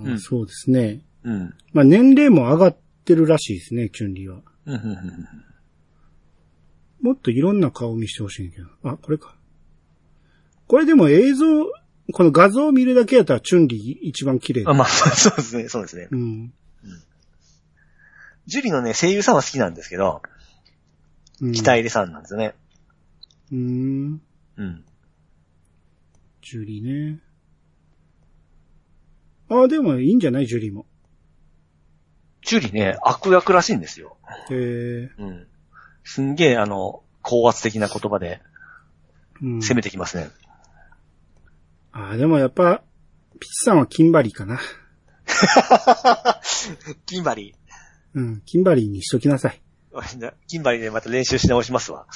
S2: うん
S1: そうですね。
S2: うん。
S1: まあ、年齢も上がってるらしいですね、チュンリーは。
S2: うん、うん、うん。
S1: もっといろんな顔見してほしいんやけど。あ、これか。これでも映像、この画像を見るだけやったらチュンリー一番綺麗
S2: あ。まあ、そうですね、そうですね。
S1: うん。
S2: ジュリのね、声優さんは好きなんですけど、
S1: うん
S2: 北。入さんなんですよね。
S1: うーん。
S2: うん。
S1: ジュリーね。ああ、でもいいんじゃないジュリーも。
S2: ジュリね、悪役らしいんですよ。
S1: へえ。
S2: うん。すんげえ、あの、高圧的な言葉で
S1: うん。
S2: 攻めてきます ね。
S1: ああ、でもやっぱ、ピチさんはキンバリーかな。
S2: キンバリー。
S1: うん、キンバリーにしときなさい。
S2: キンバリーでまた練習し直しますわ。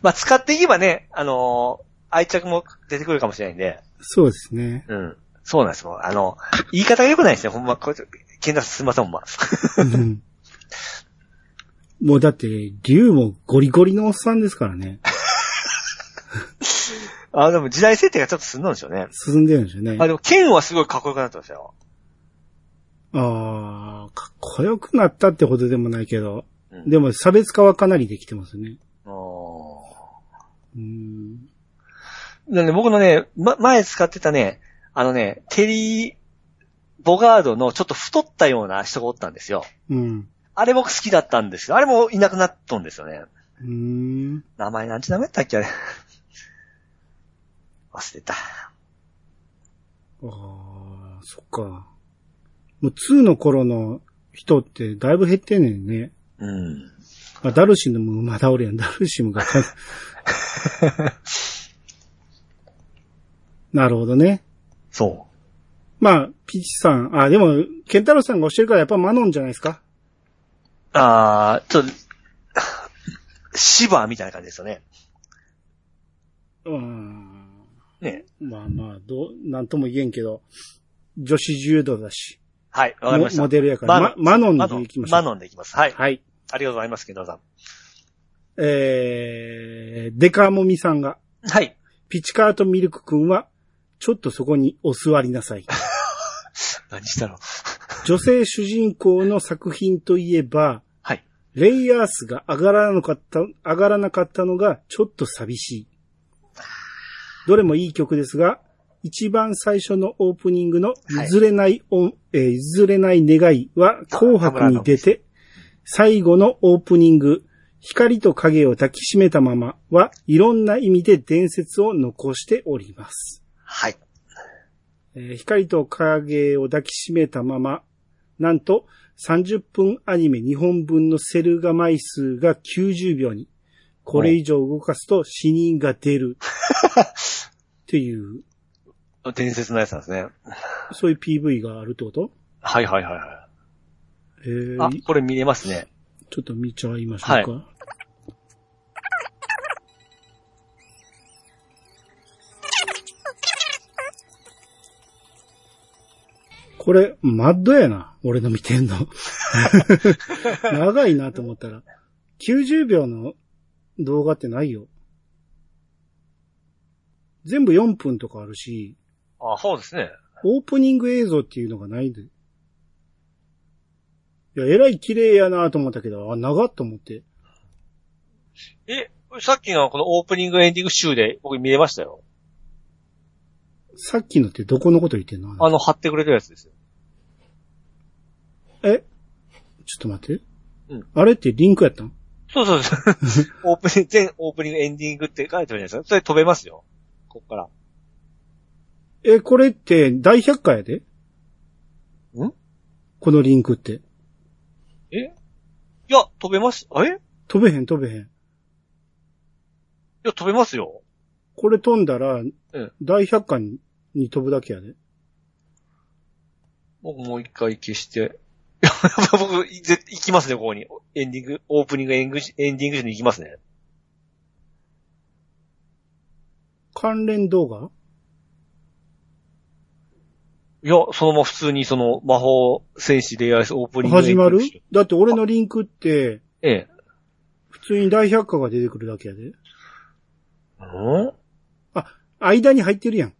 S2: まあ、使っていけばね、あのー愛着も出てくるかもしれないんで、
S1: そうですね。
S2: うん。そうなんですよ。あの、言い方が良くないですね。ほんま、これ、剣出すすいません、ほん ま。
S1: うんもうだって、竜もゴリゴリのおっさんですからね。
S2: あ、でも時代設定がちょっと進んだんでしょうね。
S1: 進んでるんですよね。
S2: あ、でも、剣はすごいかっこよくなってましたよ。
S1: ああ、かっこよくなったってほどでもないけど、
S2: うん、
S1: でも差別化はかなりできてますね。
S2: も、
S1: うん。
S2: なんで僕のね、ま、前使ってたね、あのね、テリー・ボガードのちょっと太ったような人がおったんですよ。
S1: うん。
S2: あれ僕好きだったんですけど、あれもいなくなっとんですよね。
S1: うーん。
S2: 名前なんちゅう名前やったっけあれ。 忘れた。
S1: ああ、そっか。もう2の頃の人ってだいぶ減ってんねんね。
S2: うん。
S1: あ、ダルシムも、まだおるやん。ダルシムがか。 なるほどね。
S2: そ
S1: まあ、ピチさん、あ、でも、ケンタロウさんが教えるからやっぱマノンじゃないですか
S2: う。あー、ちょっと、シバーみたいな感じですよね。
S1: うーん。
S2: ね。
S1: まあまあ、どう、なんとも言えんけど、女子柔道だし、
S2: はい、わかり
S1: モ
S2: ました。
S1: モデルやから、まマノン
S2: マ
S1: で
S2: ノン
S1: 行きましょ
S2: マ
S1: う。
S2: ノンでいきます。はい。
S1: はい。
S2: ありがとうございます、ケンタロウさん。
S1: えー、デカモミさんが、
S2: はい。
S1: ピチカートミルク君は、ちょっとそこにお座りなさい。
S2: 何したの
S1: 女性主人公の作品といえば、
S2: はい。
S1: レイヤースが上がらなかった、上がらなかったのがちょっと寂しい。どれもいい曲ですが、一番最初のオープニングの譲れない音、えー譲れない願いは紅白に出て、最後のオープニング、光と影を抱きしめたままはいろんな意味で伝説を残しております。
S2: はい。
S1: えー光と影を抱きしめたまま、なんと30分アニメ2本分のセル画枚数が90秒に、これ以上動かすと死人が出る。っていう、
S2: 伝説のやつなんですね。
S1: そういう PV があるってこと
S2: はいはいはいはい。
S1: えー
S2: あ、これ見れますね。
S1: ちょっと見ちゃいましょうか。これ、マッドやな。俺の見てんの。長いなと思ったら。90秒の動画ってないよ。全部4分とかあるし、
S2: あ、そうですね。
S1: オープニング映像っていうのがないんで。いや、えらい綺麗やなと思ったけど、あ、長っと思って。
S2: え、さっきのこのオープニングエンディング集で僕見れましたよ。
S1: さっきのってどこのこと言ってんの
S2: あの、貼ってくれたやつですよ。
S1: えちょっと待って。
S2: うん
S1: あれってリンクやったん
S2: そうそう そう。オープニング、全オープニングエンディングって書いてあるじゃないですか。それ飛べますよ。こっから。
S1: え、これって大100回やで
S2: ん
S1: このリンクって。
S2: いや、飛べます。えい
S1: 飛べへん飛べへん。
S2: や、飛べますよ。
S1: これ飛んだら、
S2: ん
S1: 大100回にに飛ぶだけやで。
S2: 僕もう一回消して。いや 僕、いぜ行きますね、ここに。エンディング、オープニングエングジエンディング時に行きますね。
S1: 関連動画
S2: いや、そのまま普通にその魔法戦士レイアイスオープニングエンデ
S1: 始
S2: ィン
S1: ま
S2: グ
S1: る
S2: 集
S1: だって俺のリンクって、
S2: ええ。
S1: 普通に大100回が出てくるだけやで。
S2: うん
S1: 間に入ってるやん。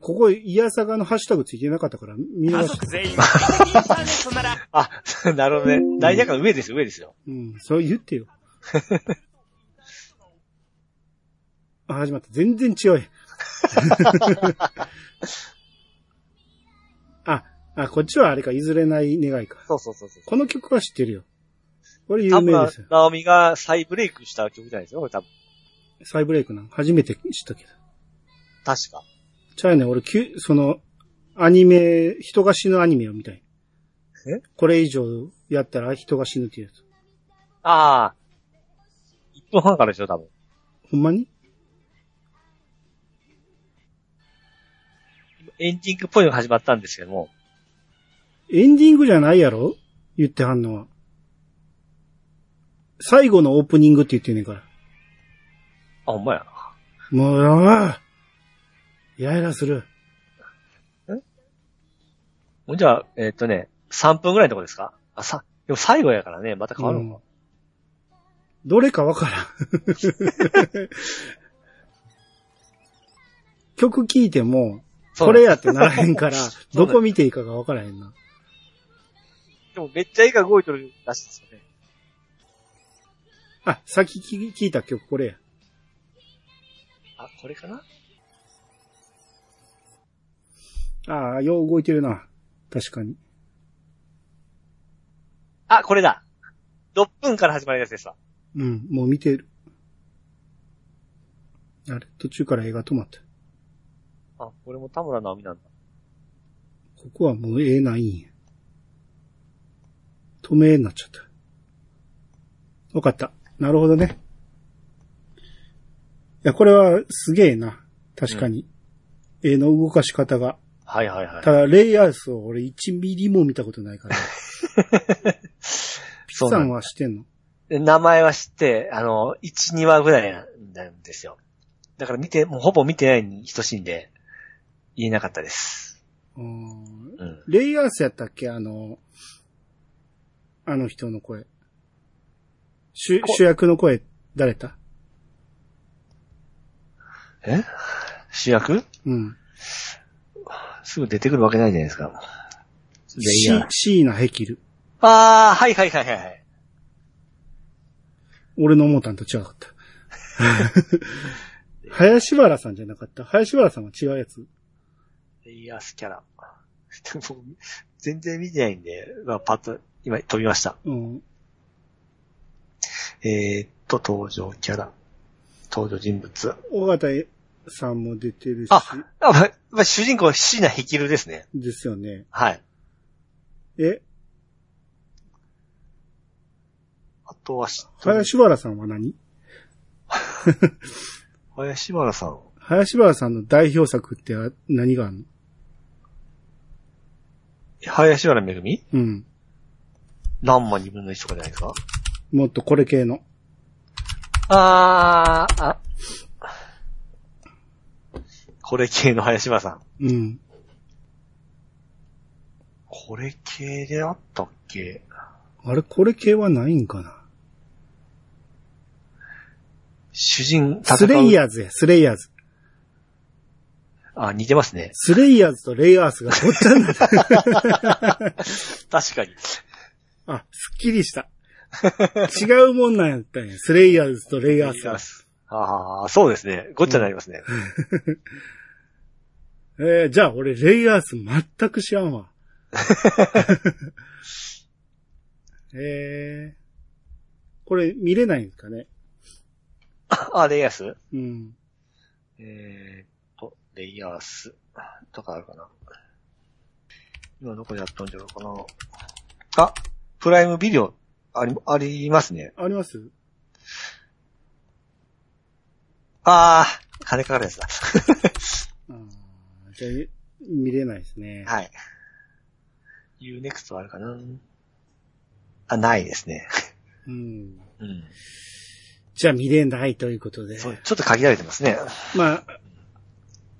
S1: ここ、イヤサガのハッシュタグついてなかったから、見逃
S3: 家
S1: し
S3: 族
S1: た。
S3: 全員、インターネットなら、
S2: あ、 なるほどね。大体が上ですよ、上ですよ。
S1: うん、そう言っ てよ。あ、始まった。全然違う やんあ、あ、こっちはあれか、譲れない願いか。
S2: そうそうそうそう。
S1: この曲は知ってるよ。これ有
S2: 多
S1: 名
S2: 分
S1: ですよ、。
S2: ナオミが再ブレイクした曲じゃないですか、これ多分。
S1: 再ブレイクなん初めて知ったけど。
S2: 確か。
S1: ちゃうね、俺、きゅその、アニメ、人が死ぬアニメを見たい。
S2: え
S1: これ以上やったら人が死ぬっていうやつ。
S2: ああ。1分半からでしょ、多分。
S1: ほんまに
S2: エンディングっぽいのが始まったんですけども。
S1: エンディングじゃないやろ言ってはんのは。最後のオープニングって言ってんねんから。
S2: あ、ほんまや。
S1: もう、ああイライラする。
S2: もうじゃあ、えーっとね、3分ぐらいのとこですかあ、さ、でも最後やからね、また変わるのか。
S1: どれかわからん。 曲聴いても、
S2: そう
S1: こ
S2: なん
S1: れ
S2: です
S1: やってならへ んから、
S2: な
S1: ど
S2: ん
S1: こ見ていいかがわからへんな。
S2: でもめっちゃ絵が動いてるらしいですよね。
S1: あ、さっき聴いた曲これや。
S2: あ、これかな
S1: ああ、よう動いてるな。確かに。
S2: あ、これだ。6分から始まるやつですわ。
S1: うん、もう見てる。あれ、途中から映画止まった。
S2: あ、これも田村直美なんだ。
S1: ここはもうええないんや。止めになっちゃった。わかった。なるほどね。いや、これはすげえな。確かに。絵の動かし方が。
S2: はいはいはい
S1: た。だ、レイアウトを俺1ミリも見たことないから。
S2: そう
S1: さ
S2: なんんだ
S1: はしてんの
S2: 名前は知って、あの、1、2話ぐらいなんですよ。だから見て、もうほぼ見てないに等しいんで、言えなかったです。
S1: うーん
S2: うん。
S1: レイアウトやったっけあの、あの人の声。主
S2: こ
S1: 主役の声、誰だ
S2: え主役
S1: うん。
S2: すぐ出てくるわけないじゃないですか。
S1: シーシーナ・ヘキル。
S2: ああ、はいはいはいはいはい。
S1: 俺の思ったんと違かった。林原さんじゃなかった林原さんは違うやつ。
S2: レイヤースキャラ。 でも全然見てないんで、まあ、パッと、今飛びました。
S1: うん。
S2: えー、っと、登場キャラ。登場人物。
S1: 尾形さんも出てるし、
S2: ああ、ま、ま主人公は椎名ヒキルですね。
S1: ですよね。
S2: はい。
S1: え、
S2: あとはし、
S1: 林原さんは何
S2: 林原さん。
S1: 林原さんの代表作ってあ何があるの
S2: 林原めぐみ
S1: うん。
S2: ランマ二分の一とかじゃないですか
S1: もっとこれ系の。
S2: あー、あ。これ系の林原さん。
S1: うん。
S2: これ系であったっけ
S1: あれ、これ系はないんかな
S2: 主人、
S1: スレイ
S2: ー。
S1: ヤーズや、スレイヤーズ。
S2: あ、似てますね。
S1: スレイヤーズとレイアースが ごったんだ。
S2: 確かに。
S1: あ、すっきりした。違うもんなんやったんや。スレイヤーズとレイアースが。
S2: ああ、そうですね。ごっちゃになりますね。
S1: えー、じゃあ俺、レイアース全く知ら んわ。えー、これ見れないんですかね
S2: あ、レイヤース
S1: うん。
S2: えーっと、レイヤースとかあるかな。今どこでやったんじゃろうかな。あ、プライムビデオ、あり、ありますね。
S1: あります
S2: ああ、金かかるやつだ。
S1: あーじゃあ、見れないですね。
S2: はい。Unext はあるかなあ、ないですね。
S1: うん。
S2: うん。
S1: じゃあ見れないということで。
S2: そう、ちょっと限られてますね。
S1: まあ、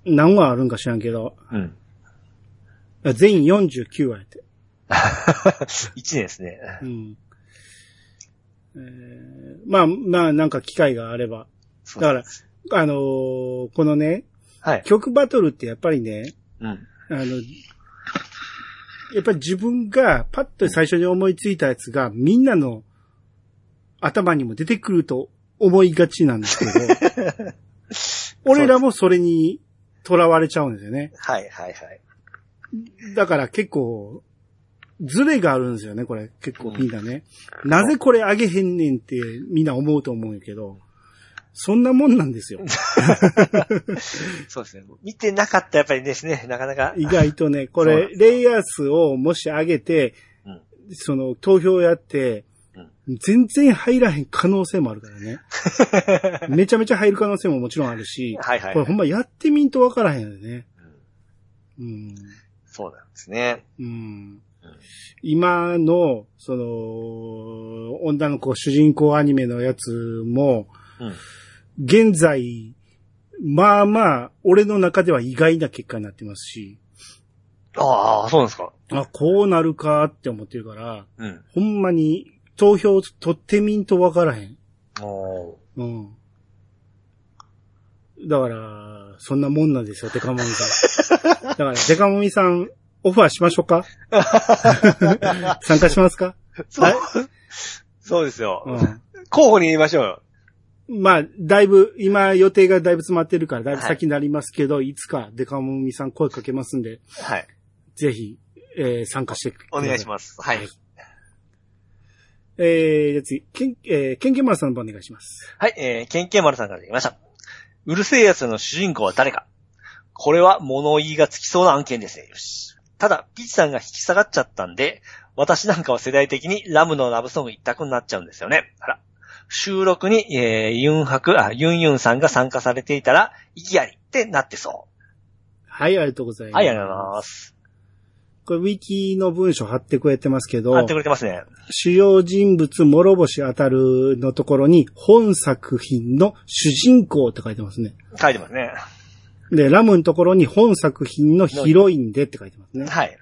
S1: 何話あるんか知らんけど、
S2: うん。
S1: 全49話やって。
S2: 1年ですね。
S1: うん。えー、まあ、まあ、なんか機会があれば。
S2: そ
S1: だ
S2: うで
S1: から、あのーこのね、
S2: すはい。
S1: 曲バトルってやっぱりね、
S2: うん。
S1: あの、やっぱり自分がパッと最初に思いついたやつがみんなの頭にも出てくると思いがちなんですけど、俺らもそれに囚われちゃうんですよね。
S2: はい、はい、はい。
S1: だから結構、ズレがあるんですよね、これ。結構みんなね。なぜこれあげへんねんってみんな思うと思うんやけど、そんなもんなん ですよ。
S2: そうですね。見てなかったやっぱりですね、なかなか。
S1: 意外とね、こ
S2: そうなん
S1: れ、
S2: で
S1: レイヤースをもし上げて、
S2: うん
S1: その、投票やって、全然入らへん可能性もあるからね。めちゃめちゃ入る可能性ももちろんあるし、
S2: はいはい
S1: これほんまやってみんとわからへんよね。
S2: うん
S1: うん。
S2: そうなんですね。
S1: うん。今の、その、女の子主人公アニメのやつも、
S2: うん。
S1: 現在、まあまあ、俺の中では意外な結果になってますし、
S2: ああ、そうなんですか。
S1: あ、こうなるかって思ってるから、
S2: うん。
S1: ほんまに投票取ってみんとわからへん。
S2: お
S1: うん。だから、そんなもんなんですよ、デカモミさん。だから、デカモミさん、オファーしましょうか 参加しますか
S2: そう。そうですよ。
S1: うん。
S2: 候補に言いましょうよ。
S1: まあ、だいぶ、今予定がだいぶ詰まってるから、だいぶ先になりますけど、い、つかデカモミさん声かけますんで、
S2: はい。
S1: ぜひ、えー参加してくだ
S2: お
S1: さ
S2: 願いします。はい。
S1: えー、じゃあ次、ケン、えー、ケンケンマルさんの番お願いします。
S2: はい、えー、ケンケンマルさんからいきました。うるせえ奴の主人公は誰かこれは物言いがつきそうな案件ですね。よし。ただ、ピチさんが引き下がっちゃったんで、私なんかは世代的にラムのラブソング一択になっちゃうんですよね。あら。収録に、えー、ユンハク、あ、ユンユンさんが参加されていたら、息ありってなってそ。
S1: はい、ありがとうございうます。
S2: はい、ありがとうございます。
S1: これ、ウィキの文章貼ってくれてますけど、
S2: やってくれてますね。
S1: 主要人物、諸星あたるのところに、本作品の主人公って書いてますね。
S2: 書いてますね。
S1: で、ラムのところに本作品のヒロインでって書いてますね。
S2: はい。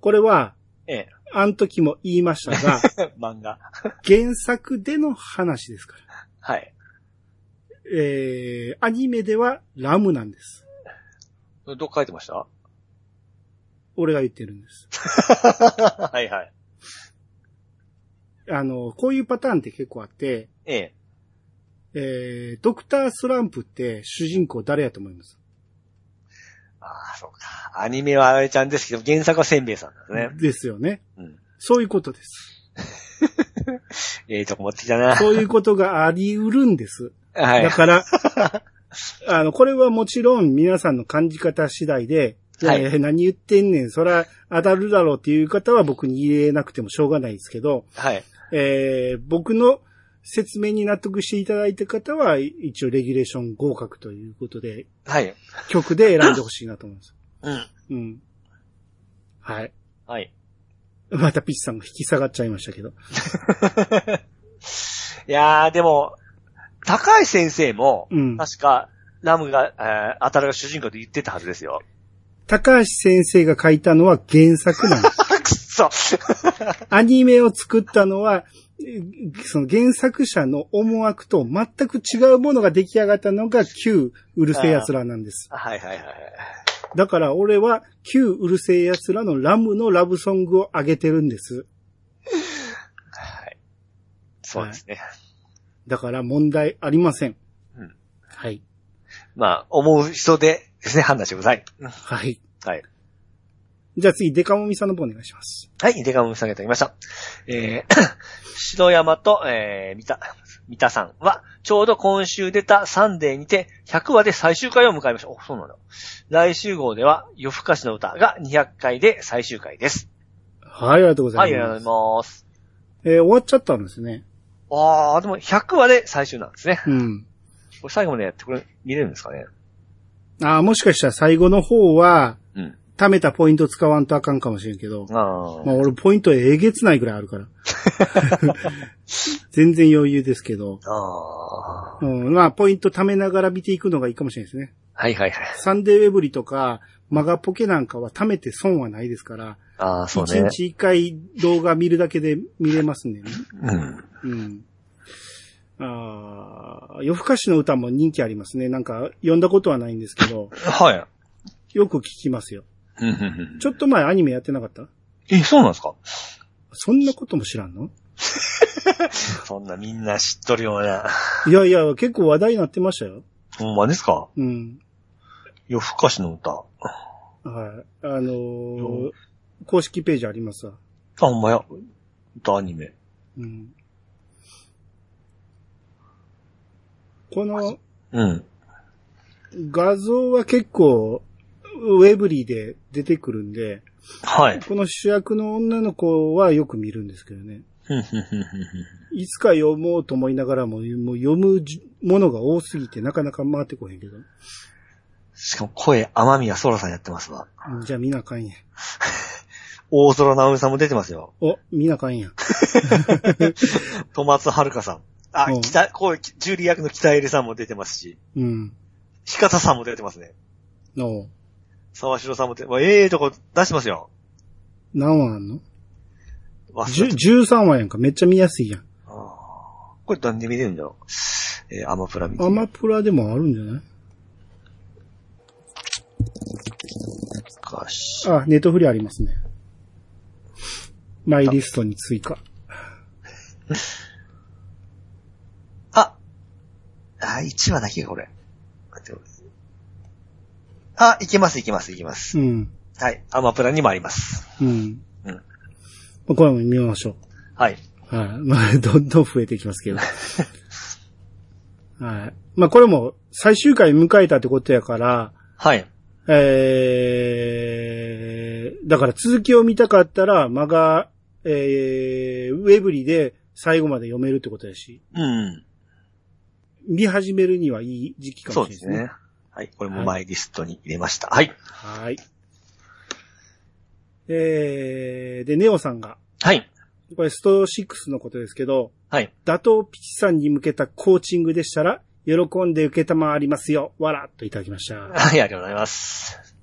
S1: これは、
S2: え
S1: あの時も言いました が、
S2: え、 漫画。
S1: 原作での話ですから。
S2: はい。
S1: えー、アニメではラムなんです。
S2: どこ書いてました
S1: 俺が言ってるんです。
S2: はいはい。
S1: あの、こういうパターンって結構あって、
S2: ええ。
S1: えー、ドクタースランプって主人公誰やと思います
S2: ああ、そうか。アニメはあれちゃんですけど、原作はせんべいさんですね。
S1: ですよね。
S2: うん。
S1: そういうことです。
S2: ええとこ持ってきたな。
S1: そういうことがあり得るんです。
S2: はい
S1: だ。から、 あの、これはもちろん皆さんの感じ方次第で、
S2: はい
S1: いやいや何言ってんねん、そら当たるだろうっていう方は僕に言えなくてもしょうがないですけど、
S2: はい。
S1: えー僕の説明に納得していただいた方は、一応レギュレーション合格ということで、
S2: はい。
S1: 曲で選んでほしいなと思います。
S2: うん。
S1: うん。はい。
S2: はい。
S1: またピッチさんが引き下がっちゃいましたけど。
S2: いやー、でも、高橋先生も、
S1: うん。
S2: 確か、ラムが、えー、当たるが主人公で言ってたはずですよ。
S1: 高橋先生が書いたのは原作なんです
S2: あ、くっそ
S1: アニメを作ったのは、えその原作者の思惑と全く違うものが出来上がったのが旧うるせえ奴らなんです。
S2: はいはいはい。
S1: だから俺は旧うるせえ奴らのラムのラブソングを上げてるんです。
S2: そうですね。
S1: だから問題ありません。
S2: うん
S1: はい。
S2: まあ、思う人でですね、判断してください。うん
S1: はい。
S2: はい。
S1: じゃあ次、デカモミさんの方お願いします。
S2: はい、デカムさんげていただきました。えー、 白山と、えー、三田、三田さんは、ちょうど今週出たサンデーにて、100話で最終回を迎えました。お、そうなんだ。来週号では、夜更かしの歌が200回で最終回です。
S1: はい、ありがとうござ
S2: はいい、ありが
S1: ま
S2: とう
S1: す。
S2: ございます。
S1: えー終わっちゃったんですね。
S2: あー、でも100話で最終なんですね。
S1: うん。
S2: これ最後までやってこれ見れるんですかね。
S1: ああ、もしかしたら最後の方は、
S2: うん。
S1: 貯めたポイント使わんとあかんかもしれんけど。
S2: あ
S1: ま
S2: ー。
S1: あ俺ポイントえげつないぐらいある から。全然余裕ですけど。
S2: あー。
S1: うん、まあポイント貯めながら見ていくのがいいかもしれないですね。
S2: はいはいはい。
S1: サンデーウェブリとか、マガポケなんかは貯めて損はないですから、
S2: あー、そう
S1: 一、
S2: ね。
S1: 日一回動画見るだけで見れますんでね。
S2: うん。
S1: うん。ああ、夜更かしの歌も人気ありますね。なんか読んだことはないんですけど、
S2: はい。
S1: よく聞きますよ。
S2: うんうんうん
S1: ちょっと前アニメやってなかった
S2: え、そうなんですか
S1: そんなことも知らんの
S2: そんなみんな知っとるような。
S1: いやいや、結構話題になってましたよ。
S2: ほんまですか
S1: うん。
S2: 夜更かしの歌。あ、
S1: はい。あのー
S2: よ
S1: 公式ページありますわ。
S2: ほんまや。歌アニメ。
S1: うん。この
S2: うん。
S1: 画像は結構、ウェブリーで出てくるんで、
S2: はい。
S1: この主役の女の子はよく見るんですけどね。
S2: ふんふんふんふんふん
S1: いつか読もうと思いながらも、もう読むじものが多すぎてなかなか回ってこへんけど。
S2: しかも声、天宮そらさんやってますわ。
S1: うんじゃあ見なあかんや。
S2: 大空直美さんも出てますよ。
S1: お、見なあかんやん。
S2: 戸松遥さん。あ、
S1: うん
S2: 北、こう、ジュリー役の北入さんも出てますし、
S1: うん。
S2: 日方さんも出てますね。
S1: お
S2: 沢城さんも出て、まあええとこ出してますよ。
S1: 何話あんの
S2: 忘
S1: じゅ
S2: れた
S1: ?13 話やんか。めっちゃ見やすいやん。
S2: あーこれ何で見れるんだろう。えーアマプラ見て
S1: アマプラでもあるんじゃない
S2: かし。
S1: あ、ネットフリありますね。マイリストに追加。
S2: ああ、1話だけこれ。待ってあ、いけます、いけます、いけます。
S1: うん。
S2: はい。アマプラにもあります。
S1: うん。
S2: う
S1: ま
S2: ん
S1: あこれも見ましょ
S2: はい。
S1: う。はい。 まあ、どんどん増えていきますけ ど。はい。まあ、これも最終回迎えたってことやから、
S2: はい。
S1: えー、だから続きを見たかったら、マガ、えー、ウェブリで最後まで読めるってことやし、
S2: うん。
S1: 見始めるにはいい時期か
S2: そ
S1: も
S2: う
S1: しれない
S2: で
S1: です
S2: す
S1: ね。
S2: ね。はい。これもマイリストに入れました。はい。
S1: はい。えー、で、ネオさんが、
S2: はい。
S1: これスト6のことですけど、
S2: はい。
S1: 打倒ピチさんに向けたコーチングでしたら、喜んで受けたまわりますよ。わらっといただきました。
S2: はい、ありがとうございます。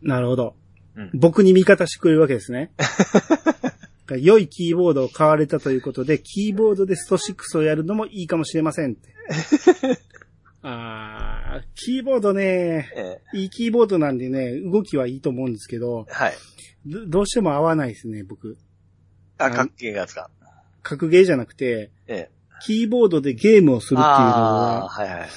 S1: なるほど。
S2: うん
S1: 僕に味方してくれるわけです ね。良いキーボードを買われたということで、キーボードでスト6をやるのもいいかもしれません って。あー、キーボードね、
S2: え
S1: いいキーボードなんでね、動きはいいと思うんですけど、
S2: ーはい。
S1: どどうしても合わないですね、僕。
S2: あ、かっけえやつか。
S1: 格ゲーじゃなくて、
S2: ええ。
S1: キーボードでゲームをするっていうの
S2: あ
S1: は、
S2: あ、はいはい。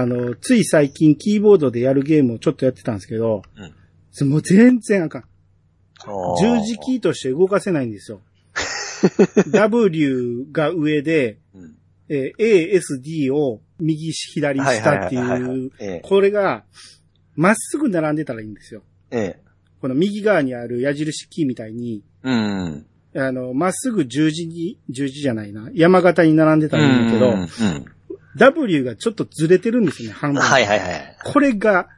S1: あの、つい最近キーボードでやるゲームをちょっとやってたんですけど、
S2: うん
S1: そもう全然あかん。
S2: おー
S1: 十字キーとして動かせないんですよ。W が上で、
S2: うん
S1: えー A、S、D を右、左、
S2: はい
S1: 下って、
S2: はいはいはいいうええ
S1: これが、まっすぐ並んでたらいいんですよ。
S2: ええ。
S1: この右側にある矢印キーみたいに、
S2: うん。
S1: あの、まっすぐ十字に、十字じゃないな、山形に並んでたらいいんだけど、
S2: うんうん。
S1: W がちょっとずれてるんですよね、半分。
S2: はいはいはい。
S1: これが、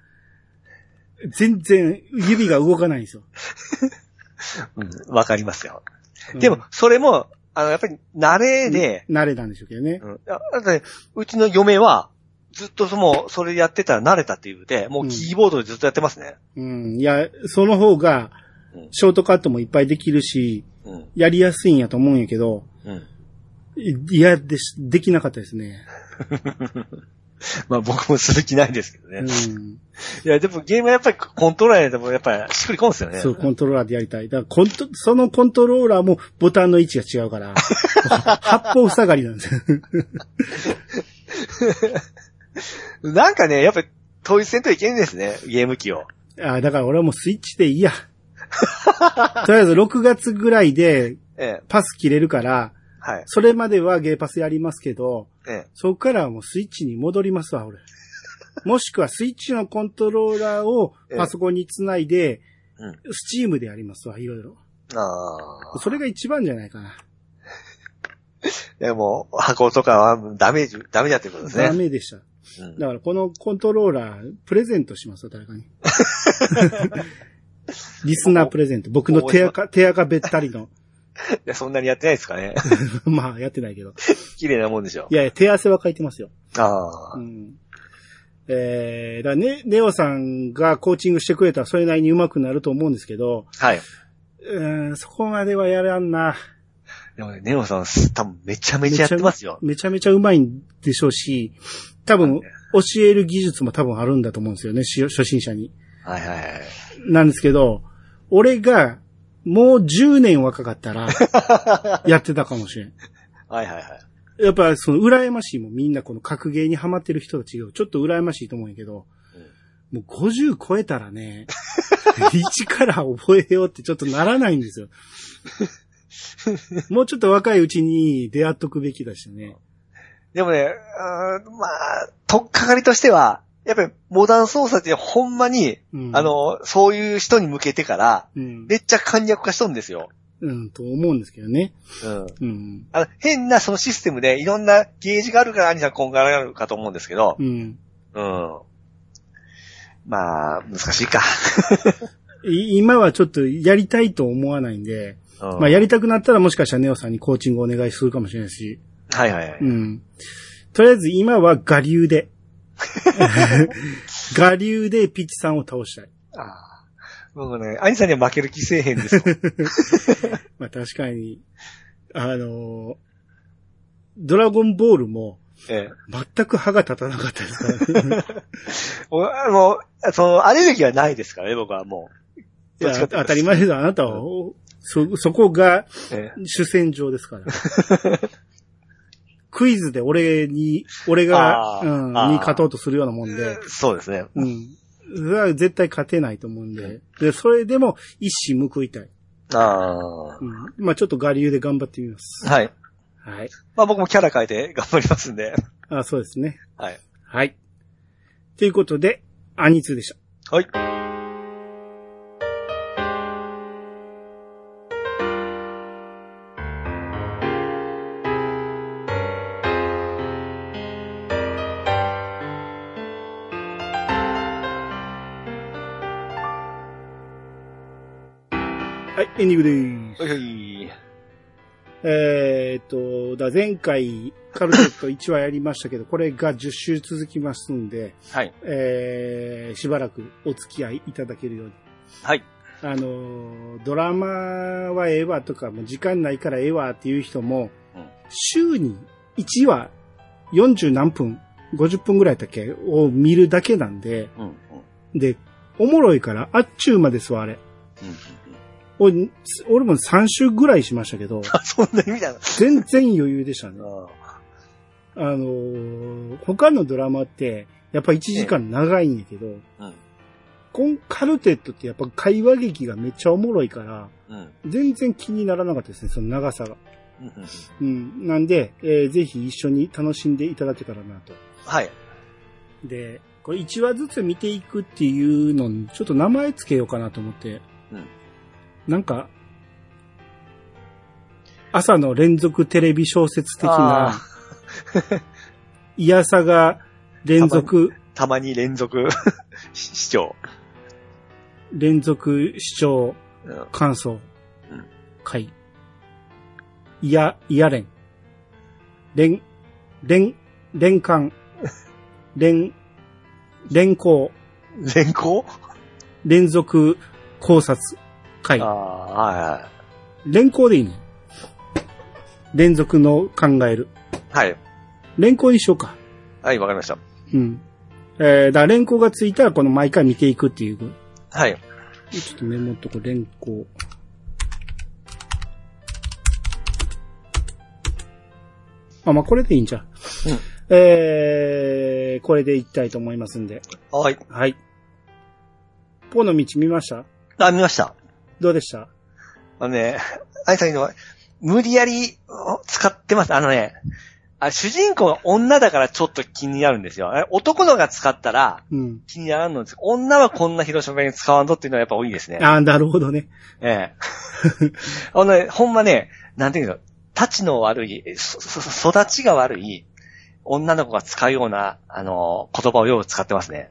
S1: 全然指が動かないんですよ。
S2: うんわかりますよ。でも、それも、あの、やっぱり、慣
S1: う
S2: れ
S1: ん、
S2: で、
S1: 慣れなんでしょうけどね。
S2: うん。だだって、うちの嫁は、ずっとその、それやってたら慣れたっていうので、もうキーボードでずっとやってますね。
S1: うん。いや、その方が
S2: うん、
S1: ショートカットもいっぱいできるし、
S2: うん。
S1: やりやすいんやと思うんやけど、
S2: うん。
S1: いいや、でし、できなかったですね。
S2: まあ僕もする気ないですけど ね。
S1: う
S2: い
S1: ん。
S2: や、でもゲームはやっぱりコントローラーでもやっぱりしっくりこんですよね。
S1: そう、コントローラーでやりたい。だから、コント、そのコントローラーもボタンの位置が違う から、八方塞がりなんですよ。
S2: なんかね、やっぱり統一戦といけんですね、ゲーム機を。
S1: あーだから俺はもうスイッチでいい や。とりあえず6月ぐらいで
S2: ええ、
S1: パス切れるから、
S2: はい。
S1: それまではゲーパスやりますけど、
S2: え
S1: そこからはもうスイッチに戻ります わ、俺。もしくはスイッチのコントローラーをパソコンにつないで、
S2: えうん
S1: スチームでやりますわ、いろいろ。
S2: え。ああ。
S1: それが一番じゃないかな。
S2: でも、箱とかはダメージ、ダメだってことです
S1: ダ
S2: ね。
S1: メでした。
S2: うん
S1: だからこのコントローラー、プレゼントしますわ、誰か に。リスナープレゼント。僕の手垢、手垢べったりの。
S2: いや、そんなにやってないですかね。
S1: まあ、やってないけど。
S2: 綺麗なもんでしょ
S1: い。やいや、手汗はかいてますよ。
S2: あ
S1: う
S2: あ。
S1: ん。えー、だからね、ネオさんがコーチングしてくれたらそれなりに上手くなると思うんですけど、
S2: はい。
S1: うーん、そこまではやらんな。
S2: でもね、ネオさん、す多分めちゃめちゃやってますよ。
S1: めちゃめちゃ上手いんでしょうし、多分、教える技術も多分あるんだと思うんですよね、し初心者に。
S2: はいはいはい。
S1: なんですけど、俺が、もう10年若かったら、やってたかもしれん。
S2: はいはいはい。
S1: やっぱ、その、羨ましいもんみんなこの格ゲーにハマってる人たちが、ちょっと羨ましいと思うんやけど、もう50超えたらね、 一から覚えようってちょっとならないんですよ。もうちょっと若いうちに出会っとくべきだしね。
S2: でもね、あーまあ、とっかかりとしては、やっぱりモダン操作ってほんまに、
S1: うん、
S2: あ、の、そういう人に向けてから、
S1: うん、
S2: めっちゃ簡略化しとんですよ。
S1: うん、と思うんですけどね。
S2: うん。
S1: うん。
S2: あの、変なそのシステムでいろんなゲージがあるから、兄さんこんがらがるかと思うんですけど
S1: う、ん。
S2: うん。まあ、難しいか。
S1: い今はちょっとやりたいと思わないんで、
S2: うん
S1: まあやりたくなったらもしかしたらネオさんにコーチングお願いするかもしれないし、
S2: はいはいはい。
S1: うん。とりあえず今は我流 で。我流でピッチさんを倒したい。
S2: ああ僕ね、アニさんには負ける気せえへん ですよ。
S1: まあ確かに、あのードラゴンボールも
S2: ええ
S1: 全く歯が立たなかったですからね。
S2: おあの、その、アレルギーはないですからね、僕はもう。
S1: い
S2: どっ
S1: や
S2: ちかっていう
S1: 当
S2: と
S1: たり前ですよ。あなたは、そ、そこが
S2: え
S1: 主戦場ですから。 クイズで俺に、俺が、
S2: あ
S1: う
S2: ー
S1: ん、に
S2: あー
S1: 勝とうとするようなもん
S2: え
S1: で、
S2: そうですね。
S1: うん。それは絶対勝てないと思うんで、で、それでも一矢報いたい。
S2: あ
S1: うん。まあちょっと我流で頑張ってみます
S2: あ。。はい。
S1: はい。
S2: まあ僕もキャラ変えて頑張りますんで。
S1: あ、そうですね。
S2: はい。
S1: はい。ということで、アニツーでした。
S2: はい。
S1: はい、エンディングでーす。
S2: はいはい。
S1: えーっと、だ前回、カルテット1話やりましたけど、これが10週続きますんで、
S2: はい。
S1: えー、しばらくお付き合いいただけるように。
S2: はい。
S1: あのー、ドラマはええわとか、もう時間ないからええわっていう人も、
S2: うん
S1: 週に1話40何分、50分ぐらいだっけを見るだけなんで、
S2: うん。うん。うん
S1: で、おもろいから、あっちゅうまですわ、あれ。
S2: うん
S1: おい俺も3週ぐらいしましたけど、
S2: あ、そんな意味だな。
S1: 全然余裕でしたね。
S2: あ
S1: あのー他のドラマって、やっぱ1時間長いんやけど、
S2: あ
S1: こんカルテットってやっぱ会話劇がめっちゃおもろいから、
S2: うん。うん。
S1: 全然気にならなかったですね、その長さが。
S2: うんうんうん
S1: うん。なんで、えーぜひ一緒に楽しんでいただけたらなと。
S2: はい。
S1: で、これ1話ずつ見ていくっていうのに、ちょっと名前つけようかなと思って。
S2: うん
S1: なんか、朝の連続テレビ小説的
S2: あ
S1: な、嫌さが連続、
S2: たまに連続 し視聴。
S1: 連続視聴、
S2: うん
S1: 感想
S2: うん、
S1: 会。いや、いや連。連、連、連関。連、連行。
S2: 連行
S1: 連続考察会
S2: あ。あ、は
S1: 連行でいいね。連続の考える。
S2: いはい。はい。
S1: 連行にしようか。
S2: はい、わかりました。
S1: うん。えー、だから連行がついたらこの毎回見ていくっていう。
S2: はい。
S1: ちょっとメモっとこう、連行。あ、まあ、これでいいんじゃん。
S2: うん
S1: えー、これでいきたいと思いますんで。
S2: はい。
S1: はい。ポーの道見ました
S2: あ、見ました。
S1: どうでした
S2: あのね、アイさんの、無理やりお使ってます。あのね、あ主人公が女だからちょっと気になるんですよ。あれ男のが使ったら
S1: うん。
S2: 気にならんのです女はこんな広島弁使わんとっていうのはやっぱ多いですね。
S1: あーなるほどね。
S2: え え。あのね、ほんまね、なんていうの、立ちの悪い、そそそ育ちが悪い女の子が使うような、あの、言葉をよく使ってますね。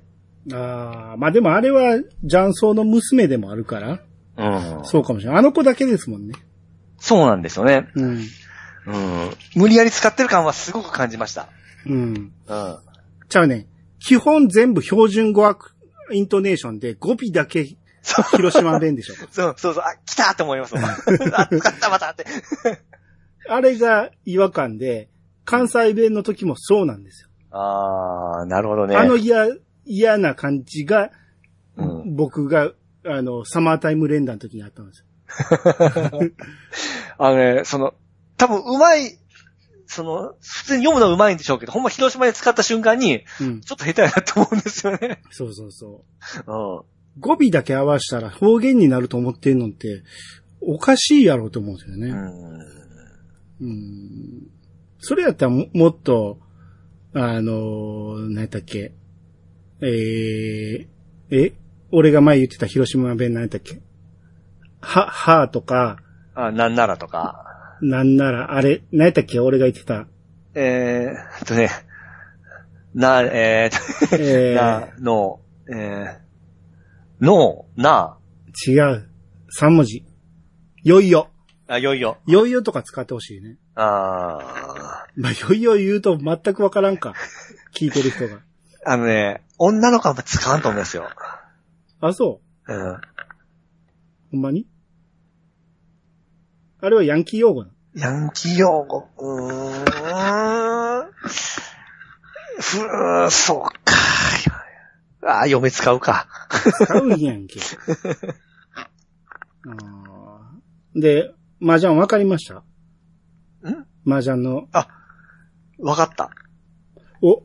S1: あーまあでもあれは、雀荘の娘でもあるから、
S2: うん。
S1: そうかもしれない。あの子だけですもんね。
S2: そうなんですよね。
S1: うん。
S2: うん。無理やり使ってる感はすごく感じました。
S1: うん。
S2: うん。
S1: ちゃうね。基本全部標準語アクイントネーションで語尾だけ
S2: そう
S1: 広島弁でしょ。
S2: そうそうそう、あ、来たと思いますもん。 あ、使ったまたって。
S1: あれが違和感で、関西弁の時もそうなんですよ。
S2: あー、なるほどね。
S1: あの嫌、嫌な感じが、
S2: うん、
S1: 僕が、あの、サマータイム連打の時にあったんですよ。
S2: あのね、その、多分うまい、その、普通に読むのはうまいんでしょうけど、ほんま広島で使った瞬間に、
S1: うん。
S2: ちょっと下手やなと思うんですよね。
S1: そうそうそう。
S2: うん。
S1: 語尾だけ合わしたら方言になると思ってんのって、おかしいやろうと思うんですよ
S2: う
S1: ね。
S2: ん。
S1: うん。それやったらももっと、あの、何やったっけ。えー、え俺が前言ってた広島弁何やったっけは、はーとか、
S2: あ、なんならとか。
S1: なんなら、あれ、何やったっけ俺が言ってた。
S2: えーっとね、な、えーっと、
S1: えー
S2: な、の、えー、の、な、
S1: 違う。3文字。よいよ。
S2: あ、いよいよ。
S1: よいよとか使ってほしいね。
S2: あ
S1: まあ、よいよ言うと全くわからんか。聞いてる人が。
S2: ー。あのね、女の子は使わんと思いますよ。
S1: あ、そ
S2: うん。
S1: う。ほんまにあれはヤンキー用語なの
S2: ヤンキー用語。うーん。ふーん、そうか。ああ、嫁使うか。
S1: 使うんやんけ。 あーで、麻雀わかりました
S2: ん
S1: 麻雀の、
S2: わかった。
S1: お、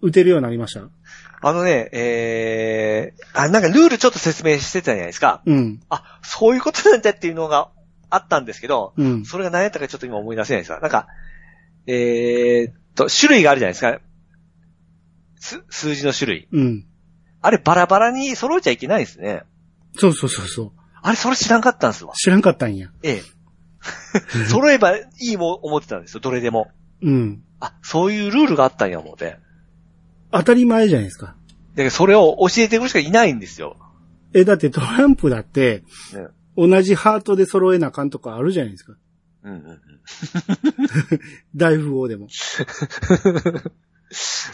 S1: 打てるようになりました
S2: あのね、えー、あ、なんかルールちょっと説明してたじゃないですか。
S1: うん、
S2: あ、そういうことなんだっていうのがあったんですけど、
S1: うん、
S2: それが何やったかちょっと今思い出せないですが、なんか、えーっと、種類があるじゃないですか。す、数字の種類。
S1: うん。
S2: あれバラバラに揃えちゃいけないですね。
S1: そうそうそうそう。
S2: あれそれ知らんかったんですわ。
S1: 知らんかったんや。
S2: ええ。揃えばいいも思ってたんですよ、どれでも。
S1: うん。
S2: あ、そういうルールがあったんや思うて。
S1: 当たり前じゃないですか。
S2: で、それを教えてくる人がいないんですよ。
S1: え、だってトランプだって、
S2: ね、
S1: 同じハートで揃えなあかんとかあるじゃないですか。
S2: うんうん
S1: 大富豪でも。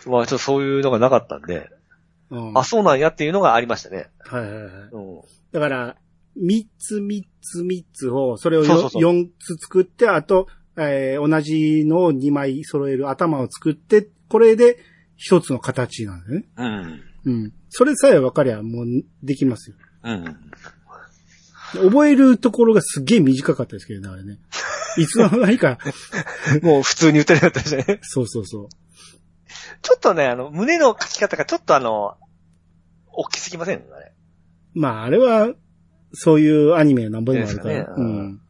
S2: うん。まあちょっとそういうのがなかったんで、
S1: うん、
S2: あ、そうなんやっていうのがありましたね。
S1: はいはいはい。
S2: うん。
S1: だから、三つ三つ三つを、それを
S2: そうそうそう
S1: 4つ作って、あと、えー同じのを2枚揃える頭を作って、これで一つの形なんだよね。
S2: うん。
S1: うん。それさえ分かりゃもうできますよ。
S2: うん。
S1: で覚えるところがすっげえ短かったですけどね、あれ ね。いつの間にか、
S2: もう普通に打てるようになったしね。
S1: そうそうそう。
S2: ちょっとね、あの、胸の書き方がちょっとあの、大きすぎませんあれ。
S1: まあ、あれは、そういうアニメなんぼでもあるか
S2: で
S1: ら。
S2: すよ
S1: う
S2: ね
S1: ん。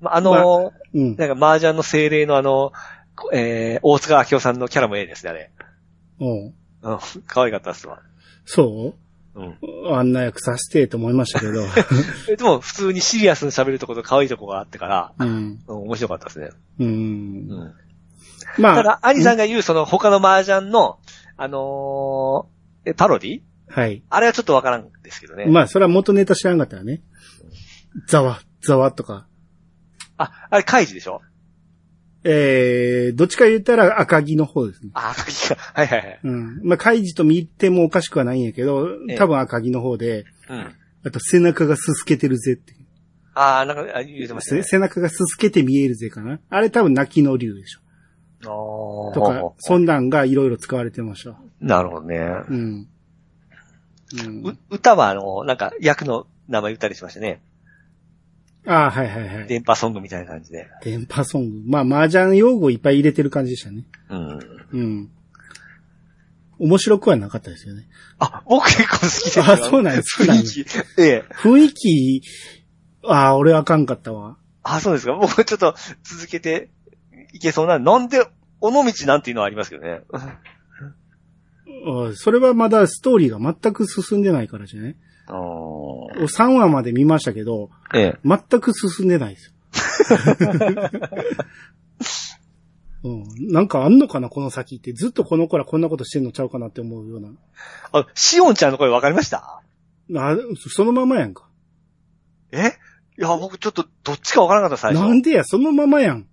S2: まあ、あの、
S1: うん。
S2: なんか麻雀の精霊のあの、こえー、大塚明夫さんのキャラもええですね、あれ。
S1: おう
S2: うん。可愛かったっすわ。
S1: そ
S2: うん。
S1: うあんな役させてと思いましたけ ど。
S2: えでも、普通にシリアスに喋るとこと可愛いとこがあってから、
S1: うん。
S2: うん面白かったですね。
S1: う。
S2: うんん。
S1: ま
S2: た
S1: あ、
S2: だ、アニさんが言う、その他の麻雀の、あのーえ、パロディ
S1: はい。
S2: あれはちょっとわからんですけどね。
S1: まあ、それは元ネタ知らんかったらね。ざわ、ざわとか。
S2: あ、あれ、カイジでしょ
S1: えー、どっちか言ったら赤木の方ですね。
S2: あ、赤木か。 はいはいはい。
S1: うん。まあ、カイジと見てもおかしくはないんやけど
S2: ええ、
S1: 多分赤木の方で、
S2: うん。
S1: あと背中がすすけてるぜっていう。
S2: ああ、なんか、あ言うてました
S1: せ
S2: ね。
S1: 背中がすすけて見えるぜかな。あれ多分泣きの竜でしょ。
S2: あー
S1: とか、そんなんがいろいろ使われてました。
S2: なるほどね。
S1: うん。うん
S2: う、歌はあの、なんか、役の名前言ったりしましたね。
S1: ああ、はいはいはい。
S2: 電波ソングみたいな感じで。
S1: 電波ソング。まあ、麻雀用語いっぱい入れてる感じでしたね。
S2: うん。
S1: うん。面白くはなかったですよね。
S2: あ、僕結構好きですよ
S1: あそうなんです
S2: 雰囲気。ええ。
S1: 雰囲気、ああ、俺あかんかったわ。
S2: あ、そうですか。僕ちょっと続けていけそうな。なんで、尾道なんていうのはありますけどね。
S1: あそれはまだストーリーが全く進んでないからじゃね。
S2: あー
S1: 3話まで見ましたけど、
S2: ええ。
S1: 全く進んでないですよ。うん、なんかあんのかなこの先って。ずっとこの子らこんなことしてんのちゃうかなって思うような。
S2: あ、シオンちゃんの声わかりました
S1: な、そのままやんか。
S2: えいや、僕ちょっとどっちかわからなかった、最
S1: な
S2: 初。
S1: んでや、そのままやん。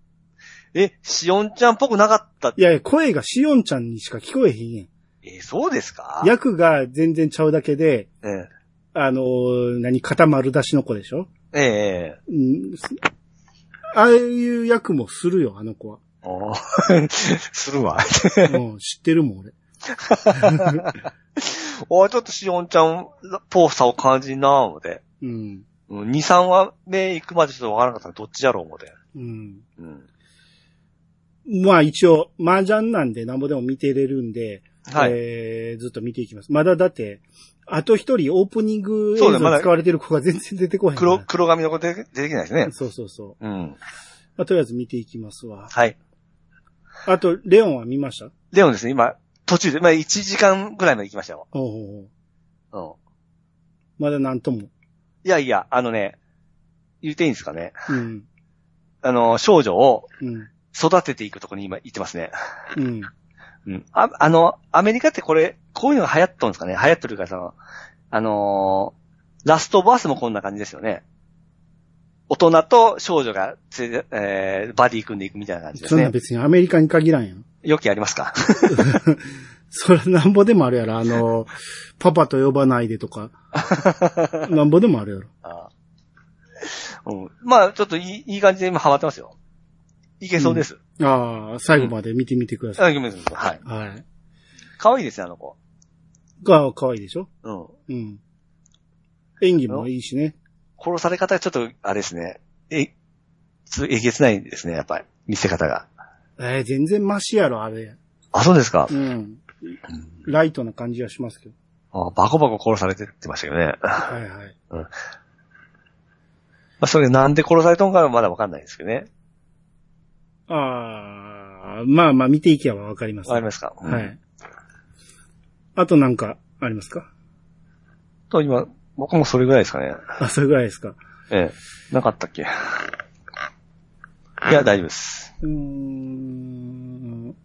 S2: え、シオンちゃんっぽくなかった。
S1: いやいや、声がしおんちゃんにしか聞こえへんやん。
S2: え、そうですか
S1: 役が全然ちゃうだけで、
S2: ええ。
S1: あのー何、肩丸出しの子でしょ
S2: ええ。
S1: うん。すああいう役もするよ、あの子 は。
S2: おー するわ。
S1: うん、知ってるもん、俺。
S2: おーちょっとしおんちゃんっぽさを感じんなぁ、思て。
S1: うん。
S2: うん、2、3話目行くまでちょっとわからなかったらどっちやろう、思て。
S1: うん。
S2: うん。
S1: まあ一応、麻雀なんでなんぼでも見てれるんで、
S2: はい。
S1: えーずっと見ていきます。まだだって、あと一人オープニング映
S2: そう
S1: 像
S2: だまだ
S1: 使われてる子が全然出てこへんから。
S2: 黒、黒髪の子出て出てきないですね。
S1: そうそうそう。
S2: うん。
S1: まあ、とりあえず見ていきますわ。
S2: はい。
S1: あと、レオンは見ました
S2: でもですね、今、途中で、まあ、1時間ぐらいまで行きましたよ。
S1: おうおうおう
S2: うん。
S1: まだなんとも。
S2: いやいや、あのね、言っていいんですかね。
S1: うん。
S2: あの、少女を
S1: うん。
S2: 育てていくとこに今行ってますね。
S1: うん。
S2: うん。あ、あの、アメリカってこれ、こういうのが流行っとんですかね流行っとるから、その、あのーラストバースもこんな感じですよね。大人と少女が連れて、えー、バディ組んでいくみたいな感じです
S1: そんな
S2: ね。
S1: 別にアメリカに限らんやん。
S2: よきあります か
S1: それなんぼでもあるやろ。あの、パパと呼ばないでとか。 なんぼでもあるやろ。
S2: あーうん、まあ、ちょっといい、いい感じで今ハマってますよ。いけそうです。
S1: ああ、最後まで見てみてください。
S2: あ、ごめんなさい。はい。
S1: はい。
S2: 可愛いですね、あの子。
S1: が、可愛いでしょ
S2: うん。
S1: うん。演技もいいしね。
S2: 殺され方がちょっと、あれですね。え、ちょっとえげつないですね、やっぱり。見せ方が。
S1: えー全然マシやろ、あれ。
S2: あ、そうですか
S1: う。ん。ライトな感じはしますけど。
S2: あバコバコ殺されてってましたよね。ま
S1: はいはい。
S2: あ、それなんで殺されたのかはまだわかんないですけどね。
S1: ああ、まあまあ見ていけばわかります。
S2: わかりますか、うん
S1: は。い。あとなんかありますか
S2: と、今、僕もそれぐらいですかね。
S1: あ、それぐらいですか。
S2: ええ。なかったっけいや、大丈夫です。
S1: うーん。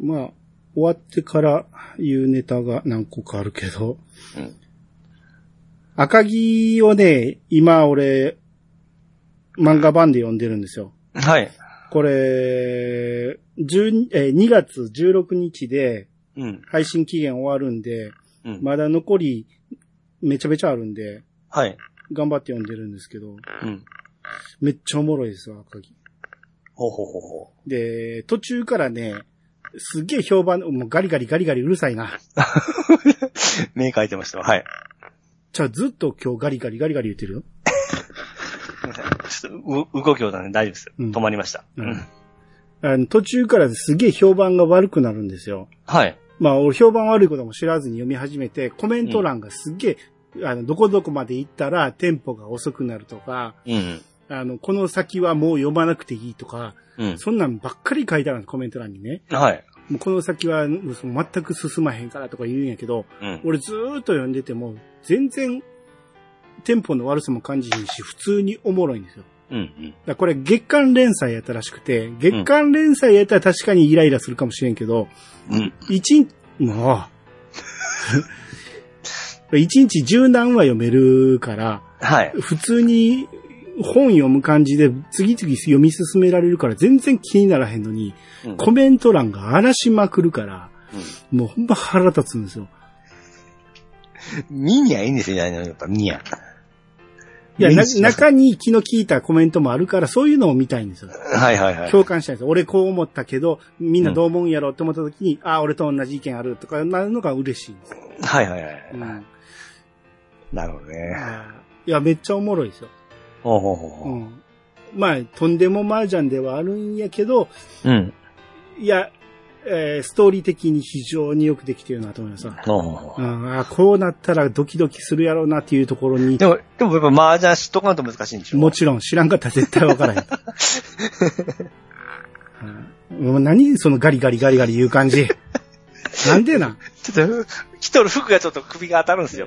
S1: まあ、終わってから言うネタが何個かあるけど。
S2: うん
S1: 赤木をね、今俺、漫画版で読んでるんですよ。
S2: はい。
S1: これ、12えー2月16日で
S2: うん。
S1: 配信期限終わるんで、
S2: うん。
S1: まだ残りめちゃめちゃあるんで、
S2: はい。
S1: 頑張って読んでるんですけど、
S2: うん。
S1: めっちゃおもろいですよ、赤木。
S2: ほうほうほうほ
S1: で、途中からね、すっげえ評判、もうガリガリガリガリうるさいな。
S2: う。 目描いてましたわ。はい。
S1: じゃあずっと今日ガリガリガリガリ言ってるよ。
S2: すいませんちょっと、う、動きようなんで大丈夫です。
S1: うん
S2: 止まりました。
S1: うんあの途中からすげえ評判が悪くなるんですよ。
S2: はい。
S1: まあ俺評判悪いことも知らずに読み始めて、コメント欄がすっげえ、あの、どこどこまで行ったらテンポが遅くなるとか、
S2: うん。
S1: あの、この先はもう読まなくていいとか、
S2: うん。
S1: そんなんばっかり書いてあるんですコメント欄にね。
S2: はい。
S1: もうこの先はその全く進まへんからとか言うんやけど、
S2: うん。
S1: 俺ずーっと読んでても、全然、テンポの悪さも感じひんし、普通におもろいんですよ。
S2: うん。うん。
S1: だからこれ月間連載やったらしくて、月間連載やったら確かにイライラするかもしれんけど、
S2: うん。
S1: 一日、もう、 一日十何話読めるから、
S2: はい。
S1: 普通に本読む感じで次々読み進められるから全然気にならへんのに、
S2: うん
S1: コメント欄が荒らしまくるから、
S2: う
S1: もうほんま腹立つんですよ。
S2: 見にゃいいんですよ、やっぱ見にゃ。
S1: いや、
S2: 目
S1: な
S2: にします
S1: 中に気の利いたコメントもあるから、そういうのを見たいんですよ。
S2: はいはいはい。
S1: 共感したいんですよ。俺こう思ったけど、みんなどう思うんやろって思った時に、ああ、俺と同じ意見あるとかなるのが嬉しいんですよ。
S2: はいはいは
S1: う
S2: い。
S1: ん、
S2: なるほどね。
S1: いや、めっちゃおもろいですよ。
S2: ほうほうほう
S1: う
S2: ほ
S1: ん、まあ、とんでも麻雀ではあるんやけど、
S2: う。うん。
S1: いや、えーストーリー的に非常によくできてるなと思います。うん
S2: ほうほうほう
S1: ああ、こうなったらドキドキするやろうなっていうところに
S2: で、も、でもやっぱ麻雀知っとかないと難しいんでしょ
S1: もちろん知らんかったら絶対わからへん。うんもう何そのガリガリガリガリ言う感じ。なん でな
S2: ちょっと、着とる服がちょっと首が当たるんですよ。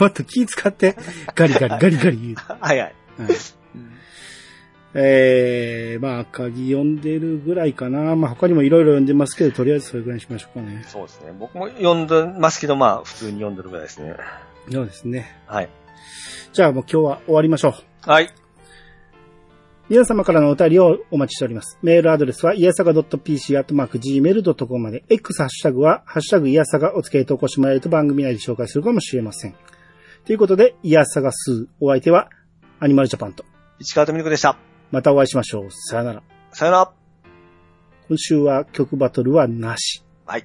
S1: もっと気使って、ガリガリガリガリ言う。
S2: はいはい。
S1: はいえー、まあ、鍵読んでるぐらいかな。まあ、他にもいろいろ読んでますけど、とりあえずそれぐらいにしましょうかね。
S2: そうですね。僕も読んでますけど、まあ、普通に読んでるぐらいですね。
S1: そうですね。
S2: はい。
S1: じゃあもう今日は終わりましょう。
S2: はい。
S1: 皆様からのお便りをお待ちしております。メールアドレスは、いやさが .pc、アットマーク、gmail.com まで、X ハッシュタグは、ハッシュタグいやさがをつけて投稿してもらえると番組内で紹介するかもしれません。ということで、いやさが数、お相手は、アニマルジャパンと。
S2: 市川とみるくでした。
S1: またお会いしましょう。さよなら。
S2: さよなら。
S1: 今週は曲バトルはなし。
S2: はい。